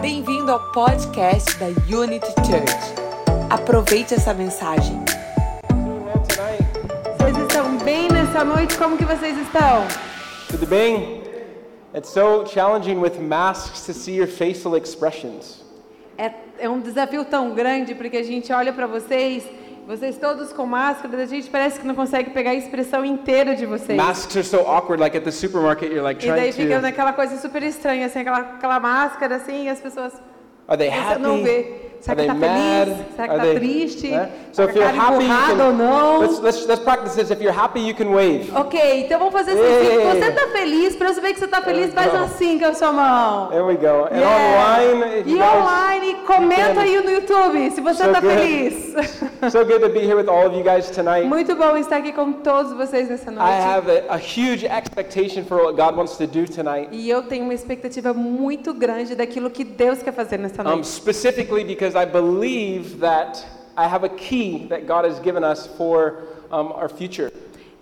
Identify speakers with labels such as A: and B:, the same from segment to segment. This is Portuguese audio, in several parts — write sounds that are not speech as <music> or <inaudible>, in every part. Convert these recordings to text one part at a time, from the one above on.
A: bem-vindo ao podcast da Unity Church. Aproveite essa mensagem.
B: Vocês estão bem nessa noite? Como que vocês estão?
C: Tudo bem? It's so challenging with masks to see your facial expressions.
B: É, é um desafio tão grande porque a gente olha para vocês, vocês todos com máscaras, a gente parece que não consegue pegar a expressão inteira de vocês.
C: Masks are so awkward, like at the supermarket, you're like
B: E daí
C: trying
B: fica
C: to.
B: naquela coisa super estranha, assim, aquela, aquela máscara assim, e as pessoas
C: Are they
B: você não
C: happy?
B: vê.
C: Are
B: Será que
C: they
B: tá
C: mad?
B: feliz? Será que
C: Are
B: tá
C: they-
B: triste?
C: né? So
B: Tá
C: if
B: com a
C: you're
B: cara
C: happy, you
B: emburrada
C: can-
B: ou não?
C: Let's, let's, let's practice this. If you're happy, you can wave.
B: Ok, então vamos fazer assim.
C: Ei!
B: Se você tá feliz, pra eu saber que você tá feliz, faz
C: Não.
B: assim com a sua mão.
C: There we go. And
B: Yeah.
C: online, um if
B: e
C: you guys-
B: online, comenta
C: can-
B: aí no YouTube se você
C: So
B: tá
C: good.
B: feliz. <laughs>
C: so good to be here with all of you guys tonight.
B: Muito bom estar aqui com todos vocês nessa noite.
C: I have a, a huge expectation for what God wants to do tonight.
B: E eu tenho uma expectativa muito grande daquilo que Deus quer fazer nessa
C: Um,
B: noite.
C: specifically because I believe that I have a key that God has given us for um, our future.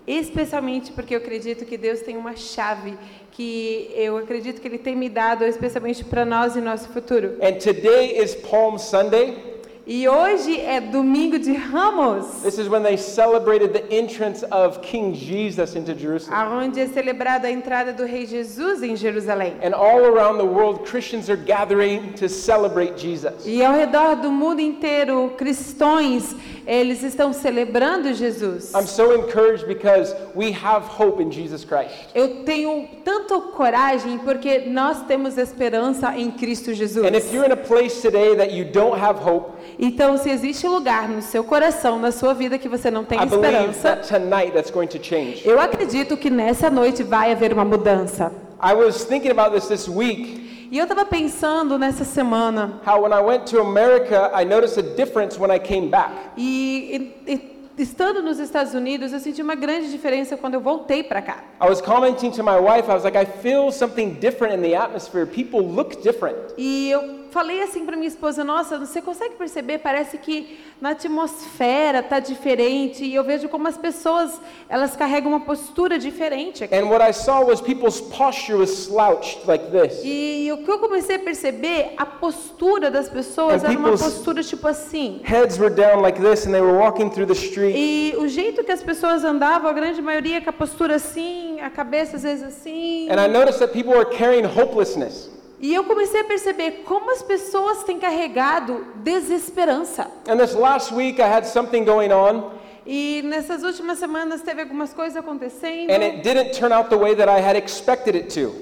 B: Especialmente porque eu acredito que Deus tem uma chave que eu acredito que Ele tem me dado, especialmente para nós e nosso futuro.
C: And today is Palm Sunday.
B: E hoje é domingo de Ramos,
C: This is when they celebrated the entrance of King Jesus into Jerusalem.
B: aonde é celebrada a entrada do Rei Jesus em Jerusalém.
C: And all around the world, Christians are gathering to celebrate Jesus.
B: E ao redor do mundo inteiro, cristãos, eles estão celebrando Jesus.
C: I'm so encouraged because we have hope in Jesus Christ.
B: Eu tenho tanto coragem porque nós temos esperança em Cristo Jesus.
C: And if you're in a place today that you don't have hope,
B: Então, se existe lugar no seu coração, na sua vida que você não tem
C: I believe
B: esperança,
C: that tonight that's going to change.
B: eu acredito que nessa noite vai haver uma mudança.
C: I was thinking about this this week
B: E eu estava pensando nessa semana
C: how when I went to America, I noticed a difference when I came back.
B: e, e- e estando nos Estados Unidos, eu senti uma grande diferença quando eu voltei para cá.
C: I was commenting to my wife, I was like, I feel something different in the atmosphere. People look different.
B: E eu falei assim para minha esposa: Nossa, você consegue perceber? Parece que na atmosfera tá diferente. E eu vejo como as pessoas elas carregam uma postura diferente. aqui.
C: And what I saw was people's posture was slouched like this.
B: E o que eu comecei a perceber, a postura das pessoas
C: And
B: era uma
C: people's-
B: postura tipo assim.
C: Heads were down like this, and they were walking through the street.
B: E o jeito que as pessoas andavam, a grande maioria com a postura assim, a cabeça às vezes assim.
C: And I noticed that people were carrying hopelessness.
B: E eu comecei a perceber como as pessoas têm carregado desesperança.
C: And this last week, I had something going on,
B: E nessas últimas semanas teve algumas coisas acontecendo.
C: and it didn't turn out the way that I had expected it to.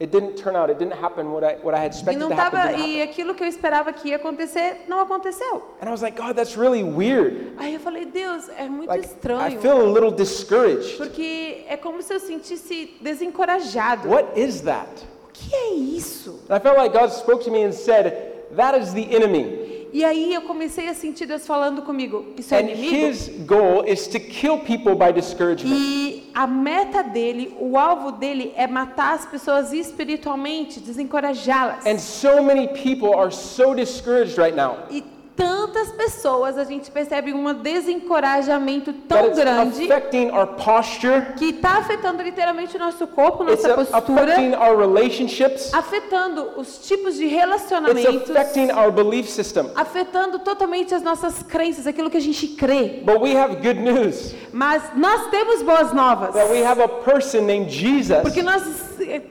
C: It didn't turn out. It didn't happen what I, what I had
B: E
C: expected
B: não
C: to happen.
B: tava,
C: didn't happen.
B: e aquilo que eu esperava que ia acontecer não aconteceu.
C: And I was like, God, that's really weird.
B: Aí eu falei, Deus, é muito
C: Like, I
B: estranho.
C: feel a little discouraged.
B: Porque é como se eu sentisse desencorajado.
C: What is that?
B: O que é isso?
C: And I felt like God spoke to me and said, That is the enemy.
B: E aí eu comecei a sentir Deus falando comigo, isso é
C: And
B: inimigo?
C: his goal is to kill people by discouragement.
B: E a meta dele, o alvo dele é matar as pessoas espiritualmente, desencorajá-las.
C: And so many people are so discouraged right now
B: E tantas pessoas a gente percebe um desencorajamento
C: that
B: tão
C: it's
B: grande
C: affecting our posture.
B: que está afetando literalmente o nosso corpo,
C: It's
B: nossa
C: a- affecting
B: postura,
C: our relationships.
B: afetando os tipos de
C: It's
B: relacionamentos,
C: affecting our belief system.
B: afetando totalmente as nossas crenças, aquilo que a gente crê.
C: But we have good news
B: Mas nós temos boas novas.
C: that we have a person named Jesus
B: Porque nós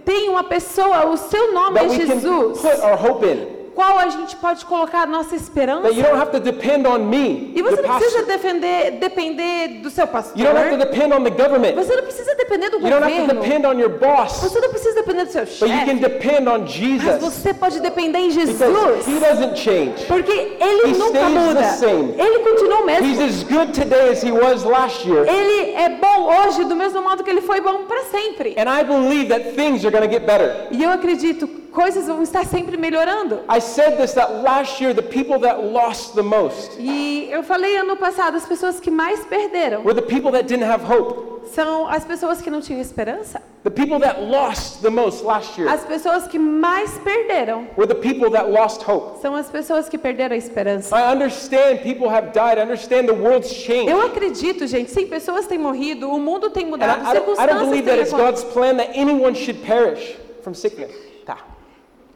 B: tem uma pessoa, o seu nome
C: that
B: é
C: we can
B: Jesus,
C: put our hope in.
B: qual a gente pode colocar a nossa
C: That you
B: esperança.
C: don't have to depend on me,
B: E você
C: the
B: não precisa
C: pastor.
B: defender, depender do seu pastor.
C: You don't have to depend on the government.
B: Você não precisa depender do
C: You don't have to
B: governo.
C: depend on your boss,
B: Você não precisa depender do seu
C: but you can
B: chefe.
C: depend on Jesus.
B: Mas você pode depender em
C: Because
B: Jesus.
C: he doesn't change.
B: Porque ele
C: He
B: nunca
C: stays
B: muda.
C: the same.
B: Ele continua o mesmo.
C: He's as good today as he was last year.
B: Ele é bom hoje do mesmo modo que ele foi bom para sempre.
C: And I believe that things are going to get better.
B: E eu acredito, coisas vão estar sempre melhorando.
C: I said this that last year, the people that lost the most
B: E eu falei ano passado, as pessoas que mais perderam
C: were the people that didn't have hope.
B: são as pessoas que não tinham esperança.
C: The people that lost the most last year
B: As pessoas que mais perderam
C: were the people that lost hope.
B: são as pessoas que perderam a esperança.
C: I understand people have died. I understand the world's changed.
B: Eu acredito, gente, sim, pessoas têm morrido, o mundo tem
C: And
B: mudado,
C: I, I, don't, I don't
B: circunstâncias
C: believe that
B: têm
C: it's
B: acontecido.
C: God's plan that anyone should perish from sickness. Tá.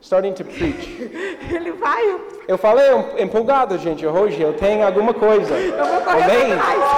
C: starting to preach.
B: Ele vai, eu
C: Eu falei em- empolgado, gente, hoje eu tenho alguma coisa.
B: vou correr
C: Amém?
B: pra trás.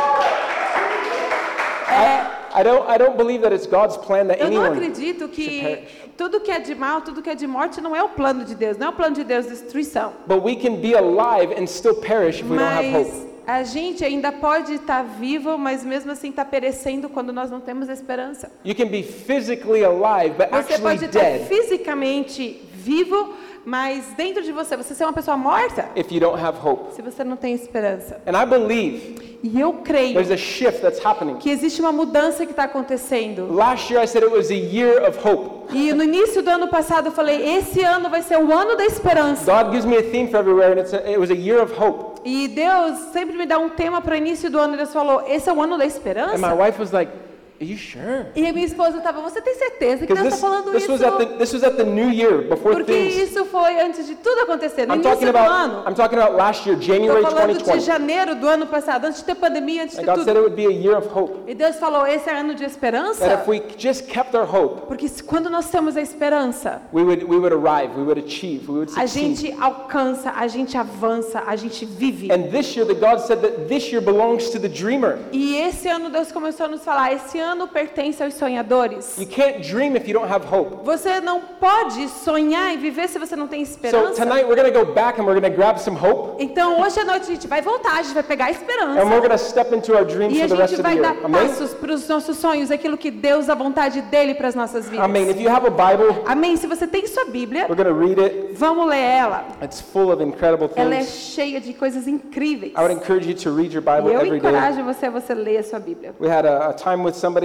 C: I don't, I don't believe that it's God's plan that
B: Eu não
C: anyone
B: acredito que tudo que é de mal, tudo que é de morte não é o plano de Deus, não é o plano de Deus destruição.
C: But we can be alive and still perish if we don't have
B: Mas
C: hope.
B: a gente ainda pode estar vivo, mas mesmo assim está perecendo quando nós não temos esperança.
C: You can be physically alive, but
B: Você
C: actually
B: pode estar
C: dead
B: fisicamente vivo, mas dentro de você, você é uma pessoa morta
C: if you don't have hope.
B: se você não tem esperança.
C: And I believe
B: E eu creio
C: there's a shift that's happening.
B: que existe uma mudança que está acontecendo.
C: Last year I said it was a year of hope.
B: E no início do ano passado eu falei, esse ano vai ser o ano da esperança.
C: God gives me a theme for everywhere, and it's a, it was a year of hope.
B: E Deus sempre me dá um tema para o início do ano. E Deus falou, esse é o ano da
C: And my
B: esperança.
C: wife was like, Are you sure?
B: E a minha esposa estava, você tem certeza que
C: Because
B: Deus está
C: this,
B: falando
C: this,
B: isso?
C: was at the, this was at the new year, before
B: Porque
C: things.
B: isso foi antes de tudo acontecer, no
C: I'm
B: início
C: talking,
B: do
C: about,
B: ano.
C: I'm talking about last year,
B: Estou
C: January
B: falando de
C: 2020.
B: janeiro do ano passado, antes de ter pandemia, antes de
C: And God said
B: tudo.
C: it would be a year of hope.
B: E Deus falou, esse é ano de
C: That
B: esperança.
C: if we just kept our hope,
B: Porque se- quando nós temos a esperança,
C: we would, we would arrive, we would achieve, we would
B: a
C: succeed.
B: gente alcança, a gente avança, a gente vive.
C: And this year, that God said that this year belongs to the dreamer.
B: E esse ano Deus começou a nos falar, esse ano pertence aos sonhadores.
C: You can't dream if you don't have hope.
B: Você não pode sonhar e viver se você não tem
C: So é
B: esperança.
C: tonight, we're going to go back and we're going to grab some hope,
B: Então hoje à noite a gente vai voltar, a gente vai pegar a
C: and
B: esperança.
C: we're going to step into our dreams
B: E a
C: for the rest
B: gente
C: of the
B: vai
C: year.
B: dar
C: Amen.
B: passos para os nossos sonhos, aquilo que Deus, a vontade dele para as nossas vidas.
C: Amen. If you have a Bible,
B: Amém. Se você tem sua Bíblia,
C: we're going to read it.
B: vamos ler ela.
C: It's full of incredible
B: Ela é
C: things.
B: cheia de coisas incríveis.
C: I would encourage you to read your Bible
B: E eu
C: every day.
B: encorajo você a você ler a sua Bíblia.
C: We had a, a time with somebody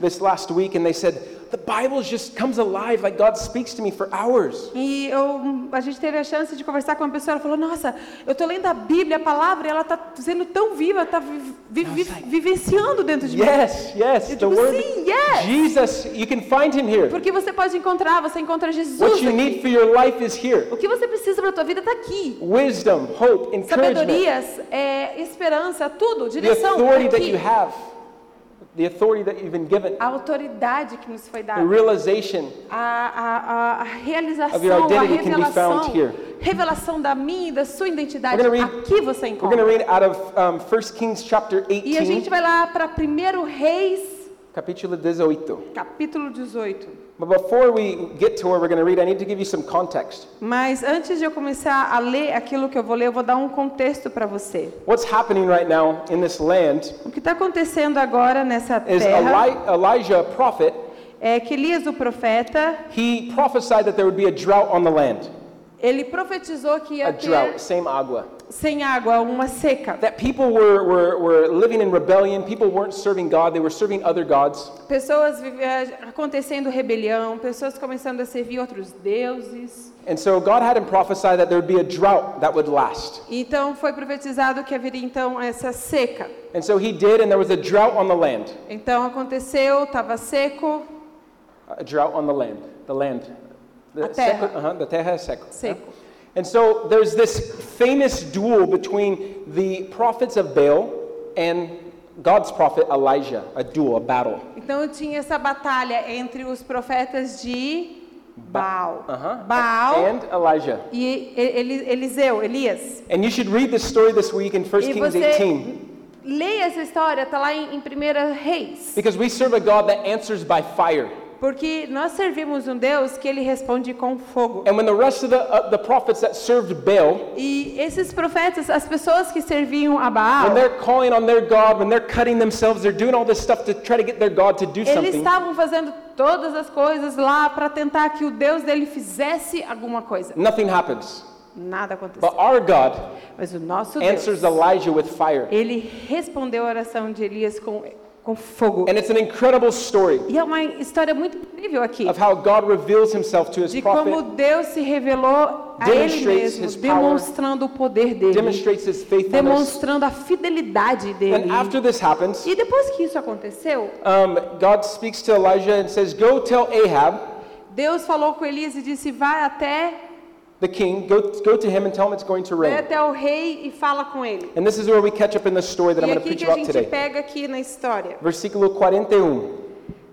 C: this last week, and they said the Bible just comes alive, like God speaks to me for hours.
B: E eu, a gente teve a chance de conversar com uma pessoa, ela falou, nossa, eu tô lendo a Bíblia, a palavra, e ela tá sendo tão viva, tá vi- vi- vi- vivenciando dentro de mim.
C: Yes, yes,
B: Eu
C: the
B: digo,
C: word.
B: "Sim, yes."
C: Jesus, you can find him here.
B: Porque você pode encontrar, você encontra Jesus
C: What you
B: aqui.
C: need for your life is here.
B: O que você precisa para a tua vida está aqui.
C: Wisdom, hope, encouragement,
B: Sabedorias, é, esperança, tudo,
C: the
B: direção,
C: authority that
B: aqui.
C: you have, the authority that you've been given,
B: a autoridade que nos foi
C: the
B: dada,
C: realization
B: a, a, a, a realização,
C: Of your
B: a
C: identity can be
B: revelação,
C: found here.
B: revelação da minha e da sua identidade,
C: We're gonna read-
B: aqui você
C: We're going to
B: encontra.
C: read out of um, 1 Kings chapter
B: E a gente
C: 18,
B: vai lá para 1 Reis,
C: capítulo 18.
B: capítulo 18.
C: But before we get to where we're going to read, I need to give you some context.
B: Mas antes de eu começar a ler aquilo que eu vou ler, eu vou dar um contexto para você.
C: What's happening right now in this land
B: O que está acontecendo agora nessa
C: is
B: terra
C: Eli- Elijah, a prophet,
B: é que Elias, o profeta,
C: he prophesied that there would be a drought on the land.
B: ele profetizou que
C: A
B: ia ter
C: drought, same agua.
B: sem água, uma seca.
C: That people were, were, were living in rebellion, people weren't serving God, they were serving other gods.
B: Pessoas vive- acontecendo rebelião, pessoas começando a servir outros deuses.
C: And so God had him prophesy that there would be a drought that would last.
B: Então foi profetizado que haveria então essa seca.
C: And so he did, and there was a drought on the land.
B: Então aconteceu, estava seco,
C: A Uh, drought on the land. The land. The
B: A terra.
C: seco- uh-huh, the terra es seco.
B: seco.
C: And so there's this famous duel between the prophets of Baal and God's prophet Elijah, a duel, a battle.
B: Então tinha essa batalha entre os profetas de Baal,
C: Uh-huh.
B: Baal
C: And Elijah.
B: e E- Eli- Eliseu, Elias.
C: And you should read this story this week in 1
B: E
C: Kings
B: você
C: 18.
B: leia essa história, tá lá em, em Primeira Reis,
C: Because we serve a God that answers by fire.
B: porque nós servimos um Deus que ele responde com fogo.
C: And when the rest of the, uh, the prophets that served Baal,
B: E esses profetas, as pessoas que serviam a
C: when
B: Baal,
C: they're calling on their God, when they're cutting themselves, they're doing all this stuff to try to get their God to do
B: eles
C: something.
B: estavam fazendo todas as coisas lá para tentar que o Deus dele fizesse alguma coisa.
C: Nothing happens.
B: Nada aconteceu.
C: But our God
B: Mas o nosso
C: answers
B: Deus,
C: Elijah with fire.
B: ele respondeu a oração de Elias com, com fogo.
C: And it's an incredible story
B: E é uma história muito incrível aqui,
C: of how God reveals himself to his
B: de
C: prophet,
B: como Deus se revelou a ele
C: Demonstrates his
B: mesmo,
C: power.
B: demonstrando o poder dele,
C: demonstrates his faithfulness.
B: demonstrando a fidelidade dele.
C: And after this happens,
B: E depois que isso aconteceu,
C: um, God speaks to Elijah and says, Go tell Ahab,
B: Deus falou com Elias e disse: Vai até
C: the king, go, go to him and tell him it's going to
B: Vai
C: rain.
B: até o rei e fala com ele.
C: And this is where we catch up in the story that I'm
B: E
C: going to
B: aqui
C: preach
B: que a
C: about
B: gente
C: today.
B: pega aqui na história.
C: Versículo 41.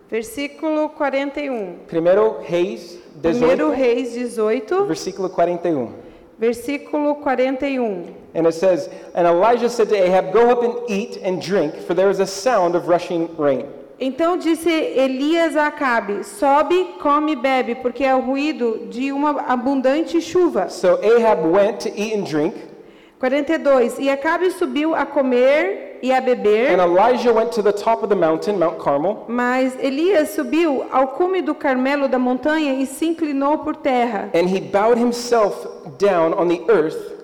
B: Versículo 41.
C: Primeiro Reis
B: 1
C: 18,
B: Reis 18,
C: versículo 41.
B: versículo 41.
C: And it says, And Elijah said to Ahab, Go up and eat and drink, for there is a sound of rushing rain.
B: Então disse Elias a Acabe: Sobe, come e bebe, porque é o ruído de uma abundante chuva.
C: So Ahab went to eat and drink,
B: 42. E Acabe subiu a comer e a
C: and
B: beber,
C: Elijah went to the top of the mountain, Mount Carmel.
B: mas Elias subiu ao cume do Carmelo da montanha e se inclinou por terra,
C: And he bowed himself down on the earth,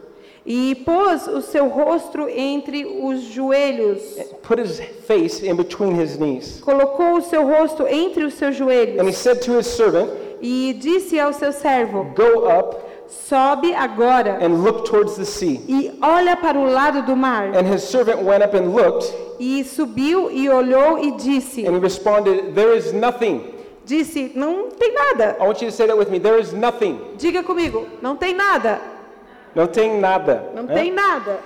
B: e pôs o seu rosto entre os joelhos,
C: put his face in between his knees.
B: colocou o seu rosto entre os seus
C: And he
B: joelhos,
C: said to his servant,
B: e disse ao seu servo:
C: Go up
B: Sobe agora
C: and look towards the sea.
B: e olha para o lado do mar.
C: And his servant went up and looked,
B: E subiu e olhou e disse:
C: and he responded, There is nothing.
B: Disse, não tem nada.
C: I want you to say that with me. There is nothing.
B: Diga comigo, não tem nada.
C: No tem nada.
B: Não
C: né?
B: tem nada.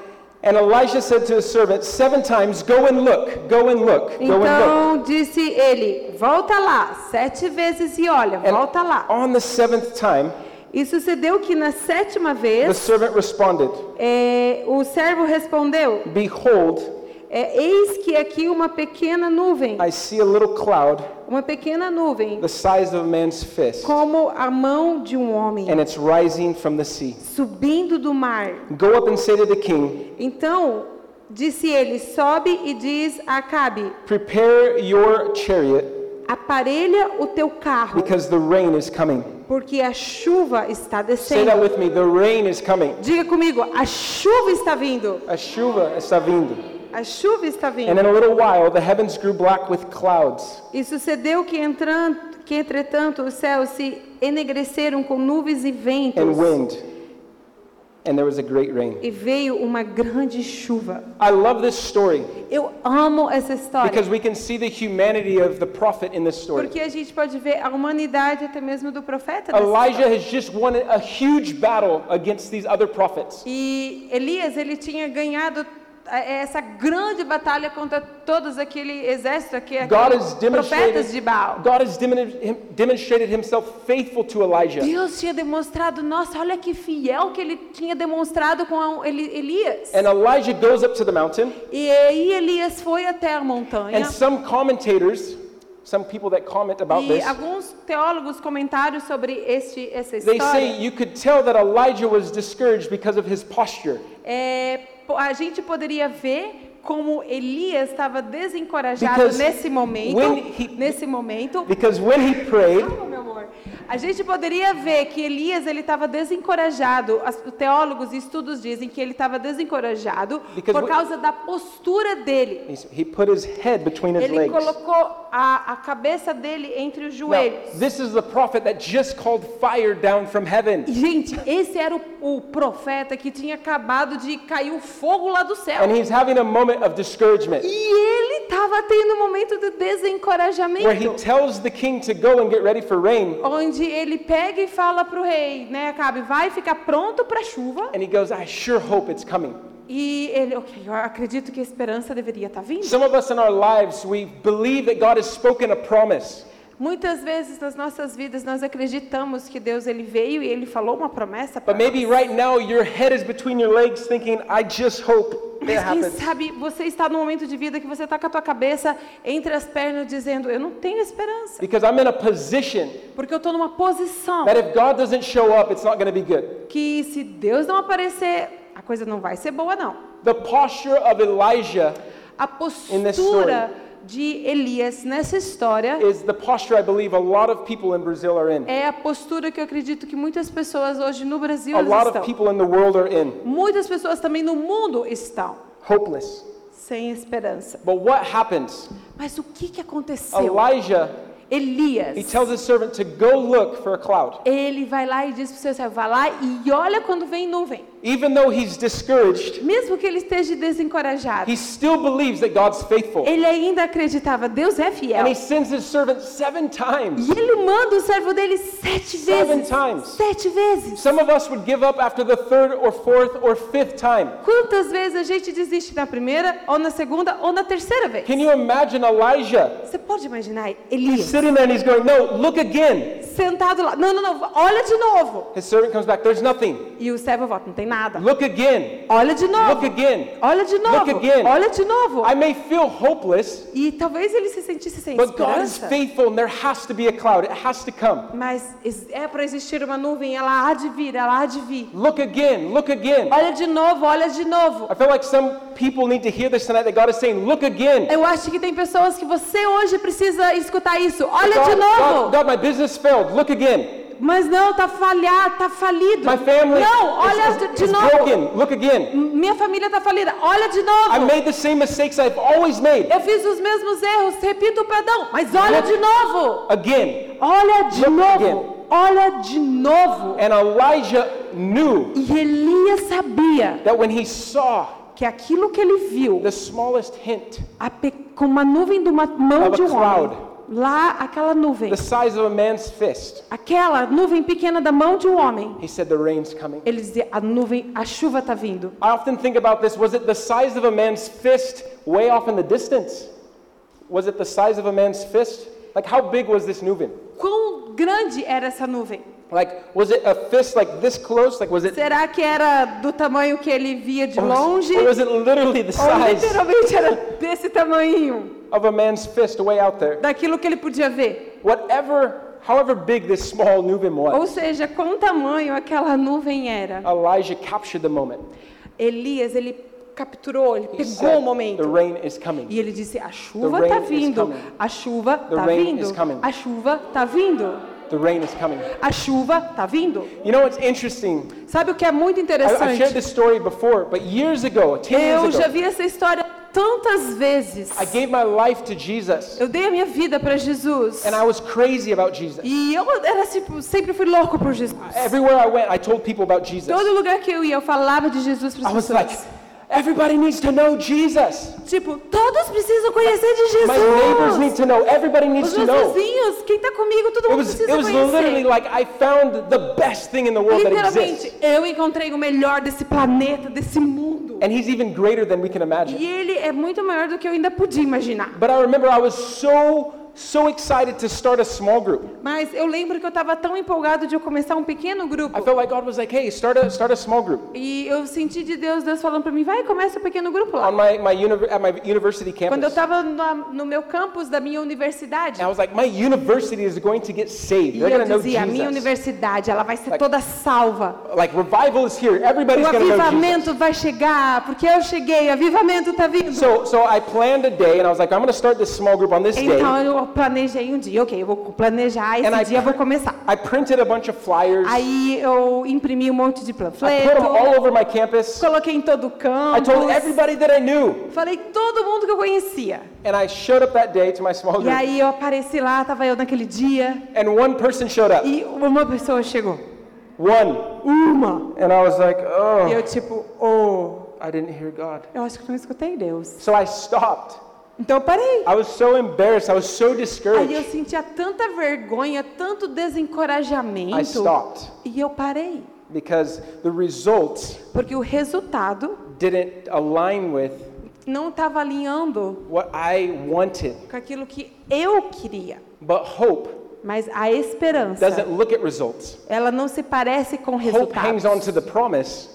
C: And Elisha said to his servant, Seven times, go and look, go and look, go and look.
B: Então disse ele: Volta lá, sete vezes e olha,
C: And
B: volta lá.
C: on the seventh time,
B: E sucedeu que na sétima
C: the
B: vez,
C: servant responded,
B: é, o servo respondeu:
C: Behold,
B: é, Eis que aqui uma pequena nuvem,
C: I see a little cloud
B: uma pequena nuvem,
C: the size of a man's fist,
B: como a mão de um homem,
C: and it's rising from the sea.
B: subindo do mar.
C: Go up and say to the king,
B: Então disse ele: Sobe e diz a Acabe:
C: Prepare your chariot,
B: Aparelha o teu carro,
C: because the rain is coming.
B: porque a chuva está
C: Say that
B: descendo.
C: with me, the rain is coming.
B: Diga comigo, a chuva está vindo.
C: A chuva está vindo.
B: A chuva está
C: And
B: vindo.
C: in a little while, the heavens grew black with clouds,
B: E sucedeu que, entran- que entretanto os céus se enegreceram com nuvens e
C: and
B: ventos.
C: wind, and there was a great rain.
B: E veio uma grande chuva.
C: I love this story
B: Eu amo essa história.
C: because we can see the humanity of the prophet in this story.
B: Porque a gente pode ver a humanidade até mesmo do <laughs> profeta. né? nessa
C: Elijah has just won a huge battle against these other prophets.
B: E Elias, ele tinha ganhado eh, essa grande batalha contra todos aquele exército aqui,
C: God
B: aqueles
C: has
B: profetas de
C: demonstrated,
B: Baal.
C: God has demon- him- demonstrated himself faithful to Elijah.
B: Deus tinha demonstrado, nossa, olha que fiel que ele tinha demonstrado com a- Eli- Elias.
C: And Elijah goes up to the mountain,
B: E aí Elias foi até a
C: and
B: montanha.
C: some commentators, some people that comment about
B: E
C: this,
B: alguns teólogos comentaram sobre este, essa
C: they
B: história.
C: say you could tell that Elijah was discouraged because of his posture,
B: É, po- a gente poderia ver como Elias estava desencorajado
C: Because
B: nesse momento,
C: when he-
B: nesse momento,
C: because when he prayed,
B: Calma, meu amor. A gente poderia ver que Elias ele estava desencorajado. As- Os teólogos e estudos dizem que ele estava desencorajado
C: Because
B: por
C: we-
B: causa da postura dele.
C: he's- he put his head between his
B: Ele
C: legs.
B: colocou a, a cabeça dele entre os
C: Now,
B: joelhos.
C: this is the prophet that just called fire down from
B: E,
C: heaven.
B: Gente, esse era o, o profeta que tinha acabado de cair o fogo lá do
C: And
B: céu.
C: he's having a moment of discouragement
B: E ele estava tendo um momento de
C: where he
B: desencorajamento.
C: tells the king to go and get ready for rain.
B: Onde ele pega e fala para o rei, né, Acabe, vai ficar pronto para a chuva.
C: And he goes, I sure hope it's coming.
B: E ele, ok, eu acredito que a esperança deveria estar vindo.
C: Some of us in our lives, we believe that God has spoken a promise.
B: Muitas vezes nas nossas vidas nós acreditamos que Deus ele veio e ele falou uma promessa para
C: But maybe
B: nós.
C: right now your head is between your legs thinking, I just hope it
B: Mas quem
C: happens.
B: sabe você está num momento de vida que você está com a tua cabeça entre as pernas dizendo, eu não tenho esperança,
C: Because I'm in a position
B: porque eu estou numa posição
C: that if God doesn't show up, it's not going to be good.
B: que se Deus não aparecer, a coisa não vai ser boa não.
C: The posture of Elijah
B: A postura de Elias nessa história
C: is the posture I believe a lot of people in Brazil are in.
B: é a postura que eu acredito que muitas pessoas hoje no Brasil
C: a lot
B: estão.
C: of people in the world are in
B: Muitas pessoas também no mundo estão
C: hopeless
B: sem esperança.
C: but what happens
B: Mas o que, que aconteceu?
C: elijah he
B: Elias,
C: tells his servant to go look for a cloud
B: ele vai lá e diz para o seu servo, vai lá e olha quando vem nuvem.
C: even though he's discouraged
B: Mesmo que ele esteja desencorajado,
C: he still believes that god's faithful
B: ele ainda acreditava, Deus é fiel.
C: and he sends his servant seven times
B: E ele manda o servo dele sete
C: Seven
B: vezes.
C: times.
B: Sete vezes.
C: some of us would give up after the third or fourth or fifth time
B: Quantas vezes a gente desiste na primeira, ou na segunda, ou na terceira vez?
C: can you imagine elijah
B: Você pode imaginar
C: He's
B: Elias
C: sitting there and he's going, No, look again.
B: sentado lá. Não, não, não, olha de novo.
C: His servant comes back, There's nothing.
B: E o servo volta, não tem nada.
C: Look again.
B: Olha de
C: Look
B: novo.
C: again.
B: Olha de novo.
C: Look again.
B: Olha de novo.
C: I may feel hopeless,
B: E talvez ele se sentisse sem
C: but God is
B: esperança.
C: faithful and there has to be a cloud. It has to come.
B: Mas es- é para existir uma nuvem, ela há de vir, ela há de vir.
C: Look again. Look again.
B: Olha de novo, olha de novo.
C: I feel like some people need to hear this tonight that God is saying, Look again.
B: Eu acho que tem pessoas que você hoje precisa escutar isso. Olha de
C: God, God,
B: novo.
C: God, my business failed. Look again.
B: Mas não, tá falhado, tá falido.
C: My family
B: Não, olha
C: is,
B: de,
C: is-
B: de
C: is
B: novo.
C: broken. Look again.
B: Minha família tá falida. Olha de
C: I
B: novo.
C: made the same mistakes I've always made.
B: Eu fiz os mesmos erros, repito o perdão, mas olha
C: Look.
B: de novo.
C: Again.
B: Olha de
C: Look
B: novo.
C: again.
B: Olha de novo.
C: And Elijah knew
B: E Elias sabia
C: that when he saw
B: que aquilo que ele viu,
C: the smallest hint,
B: a pe- com uma nuvem de uma mão
C: Of a
B: de um
C: cloud.
B: homem, lá aquela nuvem,
C: the size of a man's fist,
B: aquela nuvem pequena da mão de um homem,
C: he said, The rain's coming.
B: ele dizia, a nuvem, a chuva tá vindo.
C: I often think about this. Was it the size of a man's fist way off in the distance? Was it the size of a man's fist? Like, how big was this Nuvin?
B: Quão grande era essa nuvem?
C: Like, was it a fist like this close? Like, was it.
B: Será que era do tamanho que ele via de
C: Or was,
B: longe?
C: or was it literally the
B: Ou
C: size
B: literalmente era desse tamanho,
C: of a man's fist way out there?
B: daquilo que ele podia ver?
C: Whatever, however big this small Nuvin
B: Ou
C: was,
B: seja, quão tamanho aquela nuvem era?
C: Elijah captured the moment.
B: Elias, ele capturou, ele
C: He
B: pegou o
C: said, The
B: momento.
C: rain is coming.
B: E ele disse: A chuva
C: rain
B: tá
C: is
B: vindo,
C: coming.
B: a chuva tá
C: rain
B: vindo,
C: is coming."
B: a chuva tá vindo,
C: The rain is coming.
B: a chuva tá vindo.
C: You know what's interesting?
B: Sabe o que é muito
C: I, I've shared
B: interessante?
C: this story before, but years ago, 10
B: Eu
C: years
B: já
C: ago,
B: vi essa história tantas vezes.
C: I gave my life to Jesus.
B: Eu dei a minha vida para Jesus.
C: And I was crazy about Jesus.
B: E eu era tipo, sempre fui louco por Jesus.
C: Everywhere I went, I told people about Jesus.
B: Todo lugar que eu ia, eu falava de Jesus para
C: I
B: as
C: was like,
B: pessoas.
C: everybody needs to know Jesus.
B: Tipo, todos precisam conhecer de
C: My neighbors need
B: Jesus.
C: to know. Everybody needs
B: Os
C: to
B: meus
C: know.
B: vizinhos, quem tá comigo, todo
C: It
B: mundo
C: was,
B: precisa
C: it was literally
B: conhecer.
C: like I found the best thing in the world that
B: Literalmente,
C: exists.
B: eu encontrei o melhor desse planeta, desse mundo.
C: And he's even greater than we can imagine.
B: E ele é muito maior do que eu ainda podia imaginar.
C: But I remember I was so, so excited to start a small group.
B: Mas eu lembro que eu estava tão empolgado de eu começar um pequeno
C: I
B: grupo.
C: felt like God was like, hey, start a, start a small group.
B: E eu senti de Deus, Deus falando para mim, vai, começa o pequeno grupo
C: On
B: lá.
C: my, my univer- at my university
B: Quando
C: campus.
B: eu estava no meu campus da minha universidade,
C: And I was like, my university is going to get saved.
B: e
C: They're
B: eu
C: going to know
B: dizia, a minha
C: Jesus. Tá.
B: universidade, ela vai ser
C: Like-
B: toda salva.
C: Like, revival is here.
B: O
C: Everybody's going to know Jesus.
B: avivamento vai chegar, porque eu cheguei, o avivamento está vindo.
C: So, so I planned a day, and I was like, I'm going to start this small group on this
B: Então
C: day.
B: eu planejei um dia, ok, eu vou planejar, esse
C: And I
B: dia eu vou
C: pr-
B: começar.
C: I printed a bunch of flyers. I
B: Aí eu imprimi um monte de
C: put them all
B: panfleto,
C: over my campus.
B: coloquei em todo o
C: I
B: campo,
C: told everybody that I knew,
B: falei todo mundo que eu conhecia.
C: and I showed up that day to my small
B: E
C: group.
B: aí eu apareci lá, tava eu naquele dia,
C: And one person showed up.
B: e uma pessoa chegou.
C: One.
B: Uma!
C: And I was like,
B: E
C: oh,
B: eu tipo, oh,
C: I didn't hear God.
B: eu acho que não escutei Deus.
C: So I stopped.
B: Então eu parei.
C: I was so embarrassed. I was so
B: Aí eu
C: discouraged.
B: sentia tanta vergonha, tanto
C: I
B: desencorajamento.
C: stopped
B: E eu parei.
C: because the results
B: Porque o resultado
C: didn't align with
B: não estava alinhando
C: what I wanted.
B: com aquilo que eu queria.
C: But hope
B: Mas a esperança,
C: doesn't look at results.
B: ela não se parece com
C: Hope hangs on to
B: resultados.
C: the promise.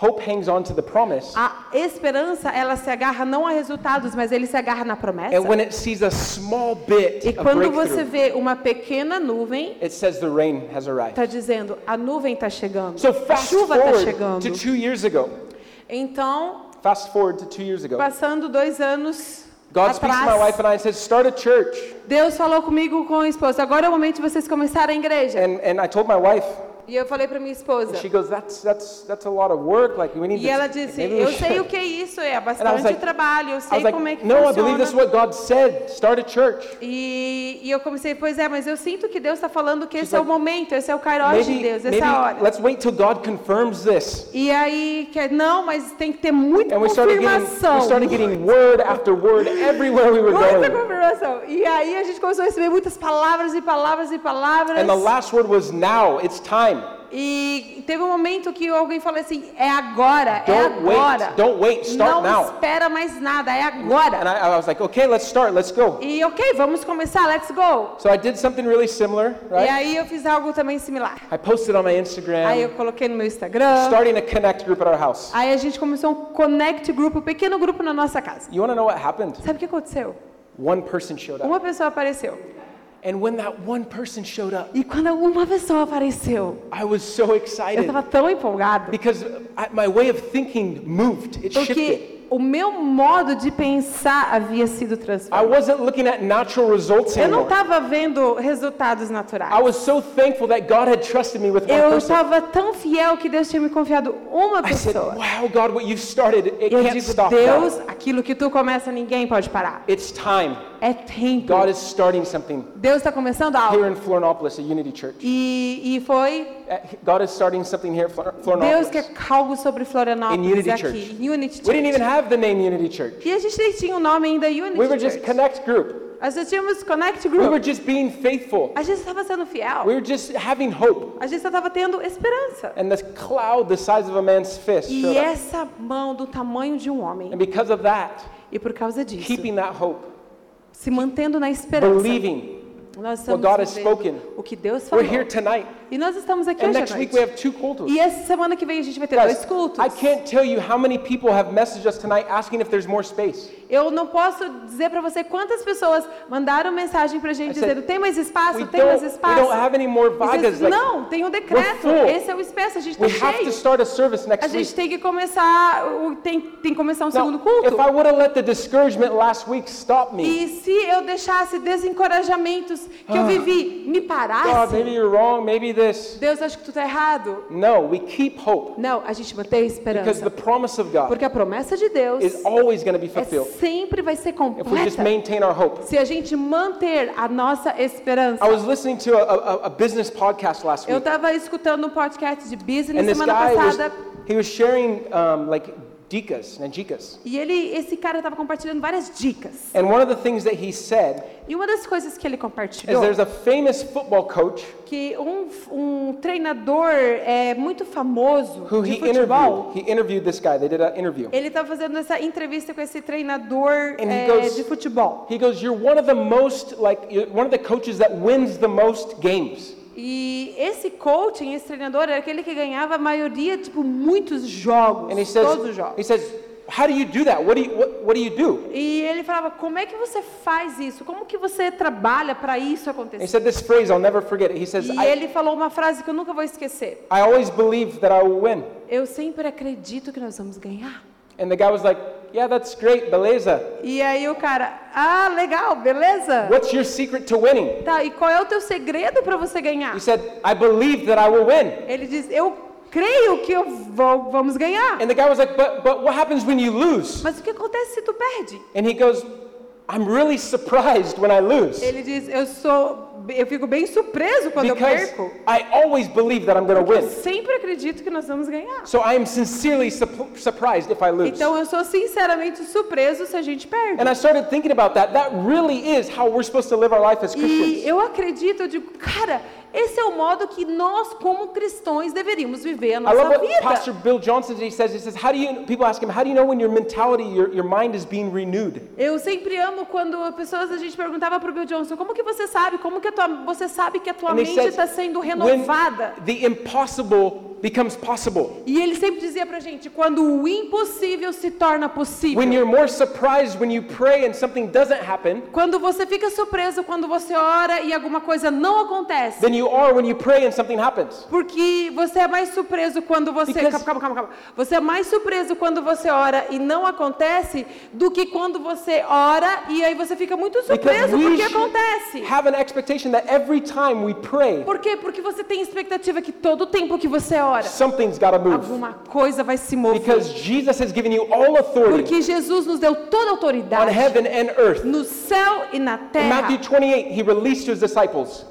C: Hope hangs on to the promise.
B: A esperança, ela se agarra não a resultados, mas ele se agarra na promessa.
C: And when it sees a small bit
B: E
C: of
B: quando você
C: breakthrough,
B: vê uma pequena nuvem,
C: it says the rain has arrived.
B: está dizendo, a nuvem está chegando,
C: So
B: a
C: fast
B: chuva está
C: forward
B: chegando.
C: to two years ago.
B: Então,
C: Fast forward to two years ago.
B: passando dois anos
C: God speaks to my wife
B: atrás,
C: and I and says, start a church.
B: Deus falou comigo com o esposo, agora é o momento de vocês começarem a igreja.
C: And, and I told my wife,
B: E eu falei para minha esposa,
C: and she goes, that's, that's, that's a lot of work. Like, we need
B: E ela
C: to,
B: disse,
C: maybe we
B: eu
C: should."
B: sei o que é isso, é
C: And I was
B: bastante
C: like-
B: trabalho,
C: <laughs>
B: eu
C: I
B: sei
C: was like,
B: como é que
C: no, I believe this is
B: funciona.
C: what God said. Start a church.
B: E, e eu comecei, pois é, mas eu sinto que Deus está falando que esse é o
C: like,
B: momento, esse é o Kairos de
C: Maybe,
B: Deus,
C: maybe
B: essa é a hora.
C: let's wait till God confirms this.
B: E aí, que, é, não, mas tem que ter muita
C: And we started getting, we
B: confirmação.
C: started getting word after word everywhere we were
B: Muita
C: going.
B: confirmação. E aí a gente começou a receber muitas palavras e palavras e palavras.
C: And the last word was now, it's time.
B: E teve um momento que alguém falou assim: é agora, é
C: Don't wait,
B: agora.
C: don't wait, start
B: Não
C: now."
B: espera mais nada, é
C: And
B: agora.
C: I, I was like, okay, let's start, let's go.
B: E ok, vamos começar, let's go.
C: So I did something really similar,
B: E
C: right? É.
B: aí eu fiz algo também similar.
C: I posted on my
B: Aí
C: Instagram,
B: eu coloquei no meu Instagram.
C: starting a connect group at our house.
B: Aí a gente começou um connect group, um pequeno grupo na nossa casa.
C: You want to know what happened?
B: Sabe o que aconteceu?
C: One person showed up.
B: Uma pessoa apareceu.
C: And when that one person showed up,
B: E quando uma pessoa apareceu,
C: I was so
B: eu
C: excited
B: estava tão empolgado.
C: because I, my way of thinking moved. It shifted.
B: Porque o meu modo de pensar havia sido
C: I
B: transformado.
C: wasn't looking at natural results
B: Eu não
C: anymore.
B: estava vendo resultados
C: Ah, I
B: naturais.
C: was so thankful that God had trusted me with one
B: Eu
C: person.
B: estava tão fiel que Deus tinha me confiado uma
C: então, I said,
B: pessoa.
C: wow, God, what you started, it
B: E eu
C: can't
B: digo,
C: stop now.
B: Deus, aquilo que tu começa, ninguém pode parar.
C: It's time.
B: É tempo.
C: God is starting something
B: Deus está começando algo.
C: here in Florianopolis, at Unity Church.
B: E, e foi
C: Uh, God is starting something here at Flor-
B: Deus
C: Florianopolis.
B: quer algo sobre
C: In
B: Florianópolis
C: Unity
B: aqui,
C: Church.
B: em Unity
C: We didn't even
B: Church.
C: have the name Unity Church.
B: E a gente nem tinha o nome ainda Unity
C: We were
B: Church.
C: just Connect Group.
B: Nós só tínhamos Connect
C: We were
B: Group.
C: just being faithful.
B: A gente estava sendo fiel.
C: We were just having hope.
B: A gente só estava tendo esperança.
C: And this cloud the size of a man's fist showed
B: E
C: up.
B: essa mão do tamanho de um homem.
C: And because of that,
B: E por causa disso,
C: keeping that hope,
B: se mantendo na esperança,
C: believing,
B: nós estamos
C: what God has
B: vivendo
C: spoken.
B: o que Deus
C: we're
B: falou.
C: here tonight.
B: E nós estamos aqui
C: And
B: hoje à
C: next week we
B: noite.
C: have two cultos.
B: E essa semana que vem a gente vai ter dois
C: Guys,
B: cultos.
C: I can't tell you how many people have messaged us tonight asking if there's more space.
B: Eu não posso dizer para você quantas pessoas mandaram mensagem para a gente
C: I said,
B: dizendo tem mais
C: We
B: espaço, tem
C: don't,
B: mais
C: we
B: espaço.
C: don't have any more
B: E vocês,
C: vagas. Like,
B: não, tem um decreto.
C: full.
B: Esse é o espaço, a gente está
C: we have to
B: cheio.
C: start a service
B: A
C: next week.
B: gente tem que começar, o- tem, tem que começar um
C: Now,
B: segundo culto.
C: if I would have let the discouragement last week stop me, oh,
B: E se eu deixasse desencorajamentos que eu
C: Ah.
B: vivi me
C: God,
B: parasse,
C: maybe you're wrong, maybe this.
B: Deus acha que tu tá errado.
C: No, we keep hope
B: Não, a gente mantém a
C: because the
B: esperança.
C: promise of God
B: Porque a promessa de Deus
C: is always going to be
B: é
C: fulfilled
B: sempre vai ser
C: if we just
B: completa
C: maintain our hope.
B: se a gente manter a nossa esperança.
C: I was listening to a, a, a business podcast last
B: Eu
C: week,
B: estava escutando um podcast de business
C: and this
B: semana
C: guy
B: passada
C: was he was sharing um, like dicas and jikas,
B: e ele, esse cara estava compartilhando várias dicas.
C: and one of the things that he said
B: E uma das coisas que ele
C: is
B: compartilhou
C: there's a famous football coach
B: que um, um treinador é muito famoso
C: who
B: de
C: he
B: futebol
C: interviewed. He interviewed this guy. They did an interview.
B: Ele estava fazendo essa entrevista com esse treinador
C: And he
B: eh,
C: goes-
B: de futebol.
C: He goes, "You're one of the most like you're one of the coaches that wins the most games."
B: E esse coaching, esse treinador, era aquele que ganhava a maioria, tipo, muitos jogos,
C: And he
B: todos os
C: says, he
B: jogos.
C: says, "How do you do that? What do you what, what do you do?"
B: E ele falava, como é que você faz isso? Como que você trabalha para
C: And he
B: isso acontecer?
C: said this phrase, I'll never forget it. He says,
B: E
C: I,
B: ele falou uma frase que eu nunca vou esquecer.
C: "I always believe that I will win."
B: Eu sempre acredito que nós vamos ganhar.
C: And the guy was like, "Yeah, that's great, beleza.
B: E aí o cara, ah, legal, beleza?
C: What's your secret to winning?"
B: Tá, e qual é o teu segredo para você ganhar?
C: He said, "I believe that I will win."
B: Ele diz, eu creio que eu vou, vamos ganhar.
C: And the guy was like, "But but what happens when you lose?"
B: Mas o que acontece se tu perde?
C: And he goes, "I'm really surprised when I lose."
B: Ele diz, eu sou, eu fico bem surpreso quando eu
C: Because
B: perco.
C: I always believe that I'm going to
B: Eu
C: win.
B: sempre acredito que nós vamos ganhar.
C: So I am sincerely sup- surprised if I lose.
B: Então eu sou sinceramente surpreso se a gente perde.
C: And I started thinking about that. That really is how we're supposed to live our life as
B: E
C: Christians.
B: eu acredito, eu digo, cara, esse é o modo que nós como cristãos deveríamos viver a
C: I love
B: nossa
C: what Pastor
B: vida.
C: Bill Johnson he says. He says, "How do you?" People ask him, "How do you know when your mentality, your, your mind is being renewed?"
B: Eu sempre amo quando pessoas a gente perguntava para o Bill Johnson, como que você sabe? Como que a tua, você sabe que a tua
C: And he
B: mente
C: says,
B: está sendo
C: "When
B: renovada?
C: the impossible becomes possible,
B: E ele sempre dizia pra gente, quando o impossível se torna possível.
C: when you're more surprised when you pray and something doesn't happen
B: Quando você fica surpreso quando você ora e alguma coisa não acontece.
C: than you are when you pray and something happens."
B: Porque você é mais surpreso quando você.
C: Because-
B: Calma, calma, calma, calma. Você é mais surpreso quando você ora e não acontece do que quando você ora e aí você fica muito surpreso porque
C: should
B: acontece.
C: have an expectation that every time we pray,
B: Por quê? Porque você tem expectativa que todo tempo que você ora,
C: something's got to move.
B: alguma coisa vai se mover.
C: Because Jesus has given you all authority
B: Porque Jesus nos deu toda a
C: on
B: autoridade
C: heaven and earth.
B: no céu e na
C: In
B: terra.
C: Matthew 28, he released to his disciples.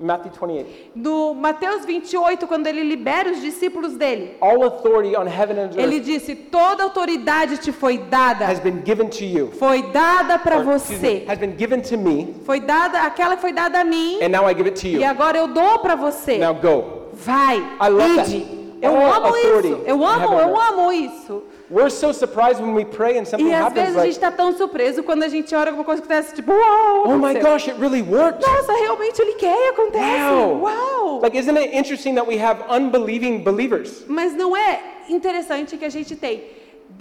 C: Matthew 28.
B: No Mateus 28, quando ele libera os discípulos dele.
C: All authority on heaven and
B: Ele
C: earth
B: disse: toda autoridade te foi
C: has
B: dada,
C: been given to you.
B: foi dada para
C: Or, excuse me,
B: você,
C: has been given to me,
B: foi dada aquela que foi dada a mim
C: É and now I give it to
B: e
C: you.
B: agora eu dou para você.
C: Now go.
B: Vai,
C: I love that.
B: ide. Eu
C: All
B: amo
C: authority
B: isso. Eu
C: in
B: amo,
C: heaven and
B: eu
C: earth.
B: amo isso.
C: We're so surprised when we pray and something
B: E às vezes
C: happens
B: a
C: like,
B: gente está tão surpreso quando a gente ora alguma coisa que acontece, tipo, uau!
C: oh my
B: aconteceu."
C: gosh, it really worked.
B: Nossa, realmente ele quer e acontece.
C: Wow.
B: Uau!
C: Like, isn't it interesting that we have unbelieving believers?
B: Mas não é interessante que a gente tem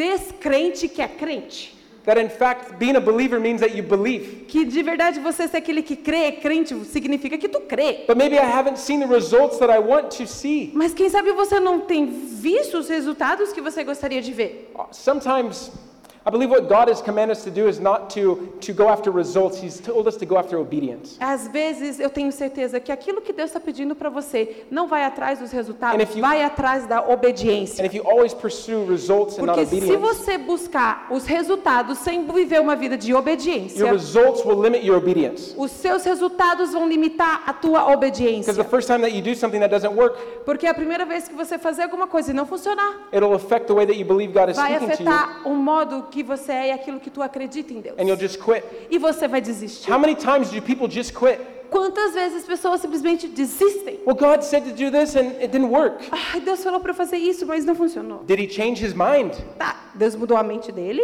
B: descrente que é crente?
C: That in fact, being a believer means that you believe.
B: Que de verdade você ser aquele que crê, é crente significa que tu crê.
C: But maybe I haven't seen the results that I want to see.
B: Mas quem sabe você não tem visto os resultados que você gostaria de ver.
C: Sometimes, I believe what God has commanded us to do is not to, to go after results. He's told us to go after obedience.
B: Às vezes eu tenho certeza que aquilo que Deus está pedindo para você não vai atrás dos
C: And
B: resultados,
C: if you-
B: vai atrás da
C: And
B: obediência.
C: if you always pursue results and not
B: Porque se
C: obedience,
B: você buscar os resultados sem viver uma vida de obediência,
C: your results will limit your obedience.
B: os seus resultados vão limitar a tua obediência.
C: Because the first time that you do something that doesn't work,
B: Porque é a primeira vez que você fazer alguma coisa e não funcionar,
C: it'll affect the way that you believe God is
B: vai
C: speaking to you,
B: afetar o modo que você é e aquilo que tu acredita em Deus.
C: and you'll just quit.
B: E você vai desistir.
C: How many times do people just quit?
B: Quantas vezes pessoas simplesmente desistem?
C: Well, God said to do this and it didn't work.
B: Ai, Deus falou para fazer isso, mas não funcionou.
C: Did he change his mind?
B: Tá, Deus mudou a mente dele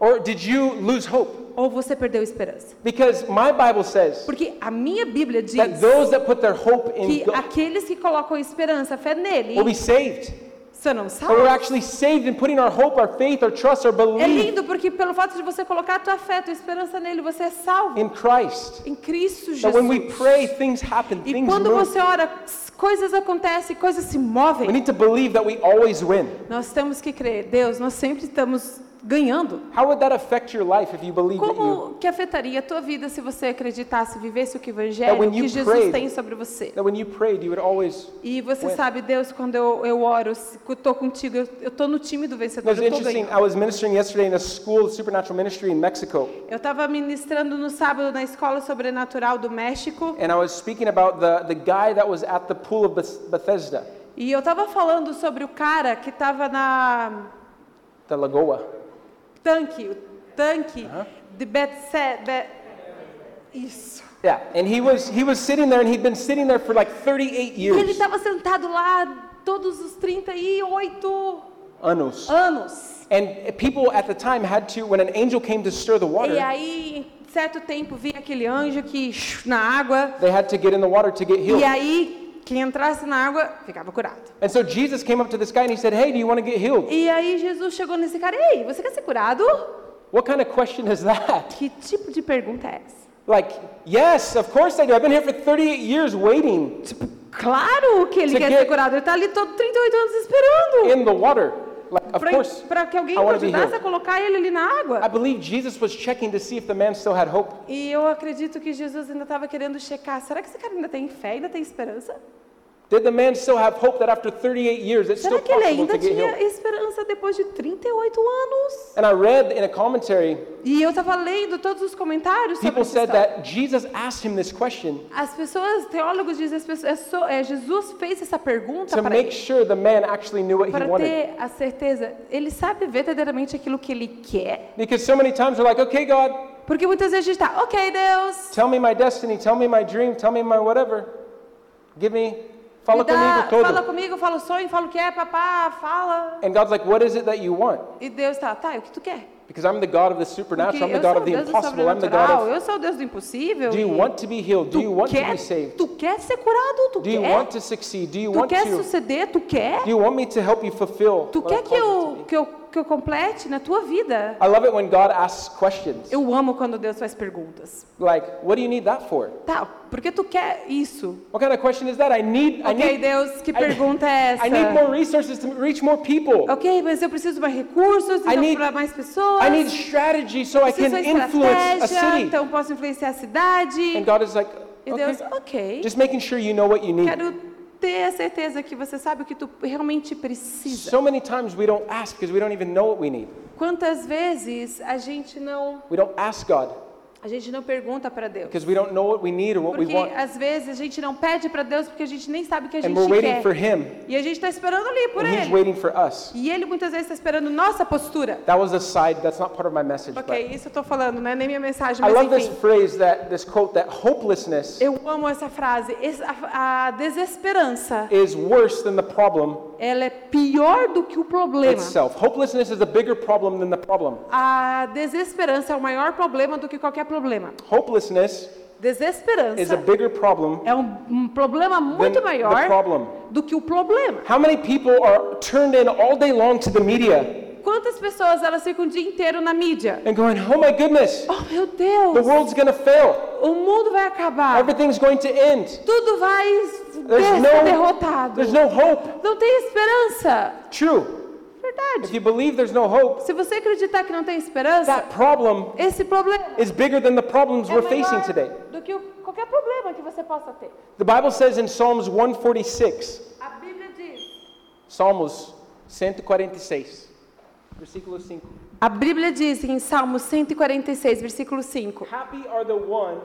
C: Or did you lose hope?
B: ou você perdeu a esperança?
C: Because my Bible says
B: Porque a minha Bíblia diz
C: that those that put their hope in
B: que
C: God
B: aqueles que colocam a esperança, a fé nele,
C: will be saved.
B: você não
C: Or we're
B: sabe.
C: actually saved in putting our hope, our faith, our trust, our
B: É
C: belief
B: lindo porque pelo fato de você colocar a tua fé, a tua esperança nele, você é salvo
C: in Christ.
B: em Cristo
C: That Então, when we
B: Jesus.
C: pray, things happen,
B: E
C: things
B: quando
C: move.
B: você ora, s- coisas acontecem, coisas se
C: We
B: movem.
C: need to believe that we always win.
B: Nós temos que crer, Deus, nós sempre estamos ganhando.
C: How would that affect your life if you believe that you,
B: Como que afetaria a tua vida se você acreditasse, vivesse o que o
C: That
B: evangelho
C: when you
B: que Jesus
C: prayed-
B: tem sobre você?
C: that when you prayed, you would always?
B: E você
C: When-
B: sabe, Deus, quando eu, eu oro, se- eu tô contigo, eu, eu tô no time
C: It
B: do
C: was
B: vencedor, eu tô
C: interesting.
B: ganhando.
C: I was ministering yesterday in a school of supernatural ministry in Mexico.
B: Eu estava ministrando no sábado na Escola Sobrenatural do México
C: And I was speaking about the, the guy that was at the pool of Beth- Bethesda,
B: e eu estava falando sobre o cara que estava na
C: the Lagoa.
B: tanque, o tanque de Betse, Be- Isso.
C: Yeah. And he was, he was sitting there and he'd been sitting there for like 38
B: E ele
C: years.
B: estava sentado lá todos os 38
C: Anos.
B: anos.
C: And people at the time had to, when an angel came to stir the
B: E
C: water,
B: aí, em certo tempo, vinha aquele anjo que shh, na água.
C: they had to get in the water to get
B: E
C: healed.
B: aí, quem entrasse na água ficava curado.
C: And so Jesus came up to this guy and he said, Hey, do you want to get healed?
B: E aí, Jesus chegou nesse cara: Ei, você quer ser curado?
C: What kind of question is that? <laughs>
B: Que tipo de pergunta é essa?
C: Like, yes, of course I do. I've been here for 38 years waiting
B: Tipo, claro que ele
C: Você
B: quer
C: quer-
B: ser curado. Ele tá ali todo 38 anos esperando.
C: in the water. Like, of
B: pra,
C: course.
B: pra que alguém
C: I
B: o
C: wanna be
B: ajudasse a
C: healed.
B: colocar ele ali na água.
C: I believe Jesus was checking to see if the man still had hope.
B: E eu acredito que Jesus ainda estava querendo checar. Será que esse cara ainda tem fé, ainda tem esperança?
C: Did the man still have hope that after 38 years it's still
B: Será que ele
C: possible to
B: ainda
C: get
B: tinha
C: healed?
B: esperança depois de 38 anos?
C: And I read in a commentary,
B: E eu estava lendo todos os comentários sobre
C: people
B: essa
C: said
B: história.
C: that Jesus asked him this question
B: As pessoas, teólogos dizem, as pessoas, é só- é, Jesus fez essa pergunta
C: to
B: para
C: make
B: ele,
C: sure the man actually knew what he
B: para
C: wanted.
B: ter a certeza. Ele sabe verdadeiramente aquilo que ele quer.
C: Because so many times we're like, okay, God,
B: Porque muitas vezes a gente está, ok, Deus,
C: tell me my destiny, tell me my dream, tell me my whatever. Give me,
B: me
C: fala
B: dá,
C: comigo
B: fala
C: todo.
B: comigo, fala o sonho, fala o que é, papá, fala.
C: And God's like, what is it that you want?
B: E Deus está, tá, e o que tu quer?
C: Because I'm the God of the
B: Porque
C: supernatural, I'm the
B: eu
C: God
B: sou o
C: of the
B: Deus do
C: impossible, I'm the God
B: sobrenatural,
C: of.
B: eu sou o Deus do impossível.
C: Do you
B: e
C: want to be healed? Do you
B: tu,
C: want to
B: quer,
C: be saved?
B: tu quer ser curado, tu
C: Do you
B: quer,
C: want to succeed? Do you
B: tu
C: want
B: quer
C: to?
B: suceder, tu quer.
C: Do you want me to help you fulfill?
B: Tu
C: what I've
B: quer que
C: called you to be?
B: eu, que, eu, que eu complete na tua vida?
C: I love it when God asks questions.
B: Eu amo quando Deus faz perguntas.
C: Like, what do you need that for?
B: Tá, por que tu quer isso?
C: What kind of question is that? I need, I
B: Ok,
C: need,
B: Deus, que
C: I-
B: pergunta é
C: I need
B: essa?
C: more resources to reach more people.
B: Ok, mas eu preciso de mais recursos,
C: I
B: então
C: need-
B: para mais pessoas.
C: I need strategy so I
B: preciso
C: can
B: de
C: influence a
B: estratégia,
C: city.
B: então posso influenciar a cidade.
C: And God is like,
B: E Deus,
C: okay,
B: ok,
C: just making sure you know what you need.
B: quero ter a certeza que você sabe o que tu realmente precisa.
C: So many times we don't ask because we don't even know what we need.
B: Quantas vezes a gente não
C: We don't ask God.
B: A gente não pergunta para Deus.
C: because we don't know what we need or what we
B: Porque
C: want.
B: às vezes a gente não pede para Deus porque a gente nem sabe o que a
C: And
B: gente
C: we're waiting
B: quer.
C: for Him,
B: E a gente está esperando ali por
C: and He's
B: Ele.
C: waiting for us.
B: E Ele muitas vezes está esperando nossa postura.
C: That was a side, that's not part of my message.
B: Ok,
C: But
B: isso eu estou falando, não é nem minha mensagem,
C: I
B: mas
C: love this
B: enfim.
C: phrase, that this quote, that hopelessness
B: Eu amo essa frase. Essa- a, a desesperança,
C: is worse than the problem
B: ela é pior do que o problema.
C: itself. Hopelessness is a bigger problem than the problem.
B: A desesperança é o maior problema do que qualquer problema.
C: Hopelessness is a
B: Desesperança
C: bigger problem
B: é um, um problema
C: than the
B: muito maior
C: problem.
B: do que o problema.
C: How many people are turned in all day long to the media
B: Quantas pessoas elas ficam o dia inteiro na mídia?
C: and going, oh my goodness,
B: Oh meu
C: the
B: Deus,
C: world's going to fail.
B: o mundo vai acabar,
C: Everything's going to end.
B: tudo vai
C: There's
B: ser
C: no,
B: derrotado.
C: there's no hope.
B: Não tem esperança.
C: True. If
B: Verdade.
C: you believe there's no hope,
B: Se você acreditar que não tem esperança,
C: that problem
B: esse problema
C: is bigger than the problems
B: é
C: we're facing
B: maior
C: today.
B: do que o- qualquer problema que você possa ter.
C: The Bible says in Psalms 146,
B: A Bíblia diz.
C: Salmos 146, e versículo 5.
B: A Bíblia diz em Salmo 146, versículo 5:
C: Happy are the ones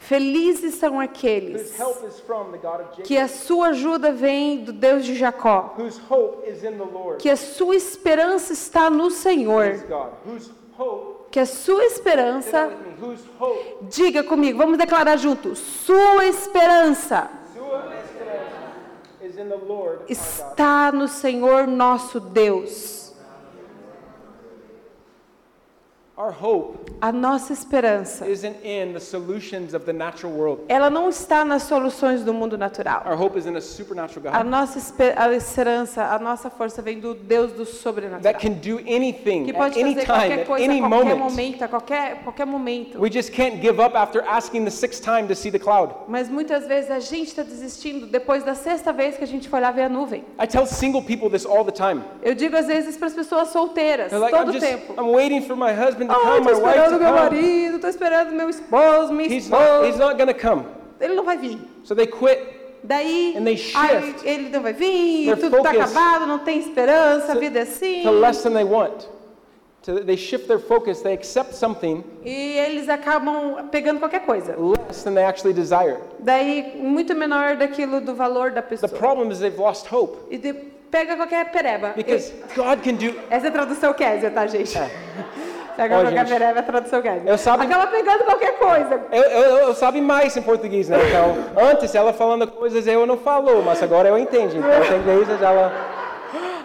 B: Felizes são
C: whose
B: aqueles
C: help is from the God of Jacob,
B: que a sua ajuda vem do Deus de Jacó,
C: whose hope is in the Lord,
B: que a sua esperança está no
C: his
B: Senhor,
C: God, whose hope,
B: que a sua
C: say that
B: esperança,
C: with me, whose hope
B: diga comigo, vamos declarar junto: sua esperança
C: Sua esperança is in the Lord our God.
B: está no Senhor nosso Deus.
C: Our hope
B: A nossa esperança,
C: isn't in the solutions of the natural world.
B: ela não está nas soluções do mundo natural.
C: Our hope is in a supernatural
B: A
C: God
B: nossa espe- a esperança, a nossa força vem do Deus do
C: that
B: sobrenatural.
C: can do anything
B: Que
C: at
B: pode
C: any
B: fazer
C: time,
B: qualquer
C: at
B: coisa,
C: any
B: a qualquer
C: moment.
B: momento, a qualquer, qualquer momento.
C: We just can't give up after asking the sixth time to see the cloud.
B: Mas muitas vezes a gente está desistindo depois da sexta vez que a gente foi lá ver a nuvem.
C: I tell single people this all the time.
B: Eu digo às vezes para as pessoas solteiras,
C: They're like,
B: todo
C: I'm
B: o
C: just,
B: tempo.
C: I'm waiting for my husband to
B: Ah,
C: come,
B: estou
C: my wife
B: esperando
C: to
B: meu
C: come.
B: marido, estou esperando meu esposo, minha
C: He's not,
B: esposa.
C: he's not gonna come.
B: Ele não vai vir.
C: So they quit.
B: Daí,
C: And they
B: ai,
C: shift
B: ele não vai vir,
C: their
B: tudo está
C: focus
B: acabado, não tem esperança, a
C: to-
B: vida é assim.
C: To less than they want. To, they shift their focus. They accept something
B: E eles acabam pegando qualquer coisa.
C: less than they actually desire.
B: Daí, muito menor daquilo do valor da
C: The
B: pessoa.
C: problem is they've lost hope
B: E de, pega qualquer pereba.
C: because God can do.
B: Essa é a tradução Kézia, tá, gente? <laughs> Pega
C: É. Ó,
B: qualquer
C: gente.
B: pereba é a tradução Kézia.
C: Eu sabe-
B: Acaba pegando qualquer coisa.
C: Eu, eu, eu sabe mais em português, né? Então, antes ela falando coisas eu não falou, mas agora eu entendo. Então, em inglês ela.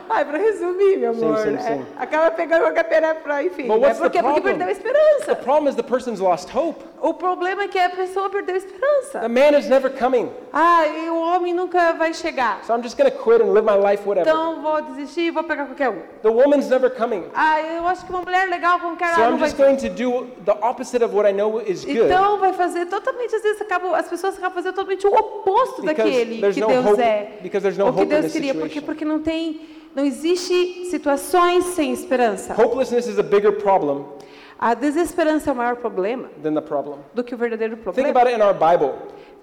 B: Ai, pra resumir, meu
C: Sim,
B: amor.
C: sim,
B: né?
C: sim.
B: Acaba pegando qualquer pereba pra, enfim.
C: But
B: É
C: what's the
B: porque, porque
C: problem?
B: perdeu a
C: The
B: esperança.
C: problem is the person's lost hope.
B: O problema é que a pessoa perdeu a
C: The
B: esperança.
C: man is never coming,
B: Ah, e o homem nunca vai chegar.
C: so I'm just gonna quit and live my life whatever.
B: Então vou desistir e vou pegar qualquer um.
C: The woman's never coming,
B: Ah, eu acho que uma mulher legal com um cara
C: so
B: lá
C: I'm
B: não vai
C: just going to do the opposite of what I know is good
B: Então vai fazer totalmente, às vezes acabam, as pessoas acabam fazendo totalmente o oposto
C: Because
B: daquele
C: there's
B: que
C: no
B: Deus
C: hope-
B: é.
C: because there's no
B: o que
C: hope in
B: Deus
C: this
B: queria, porque,
C: situation.
B: porque não tem, não existe situações sem esperança.
C: Hopelessness is a bigger problem
B: A desesperança é o maior problema
C: than the problem.
B: do que o verdadeiro
C: Think
B: problema.
C: about it in our Bible.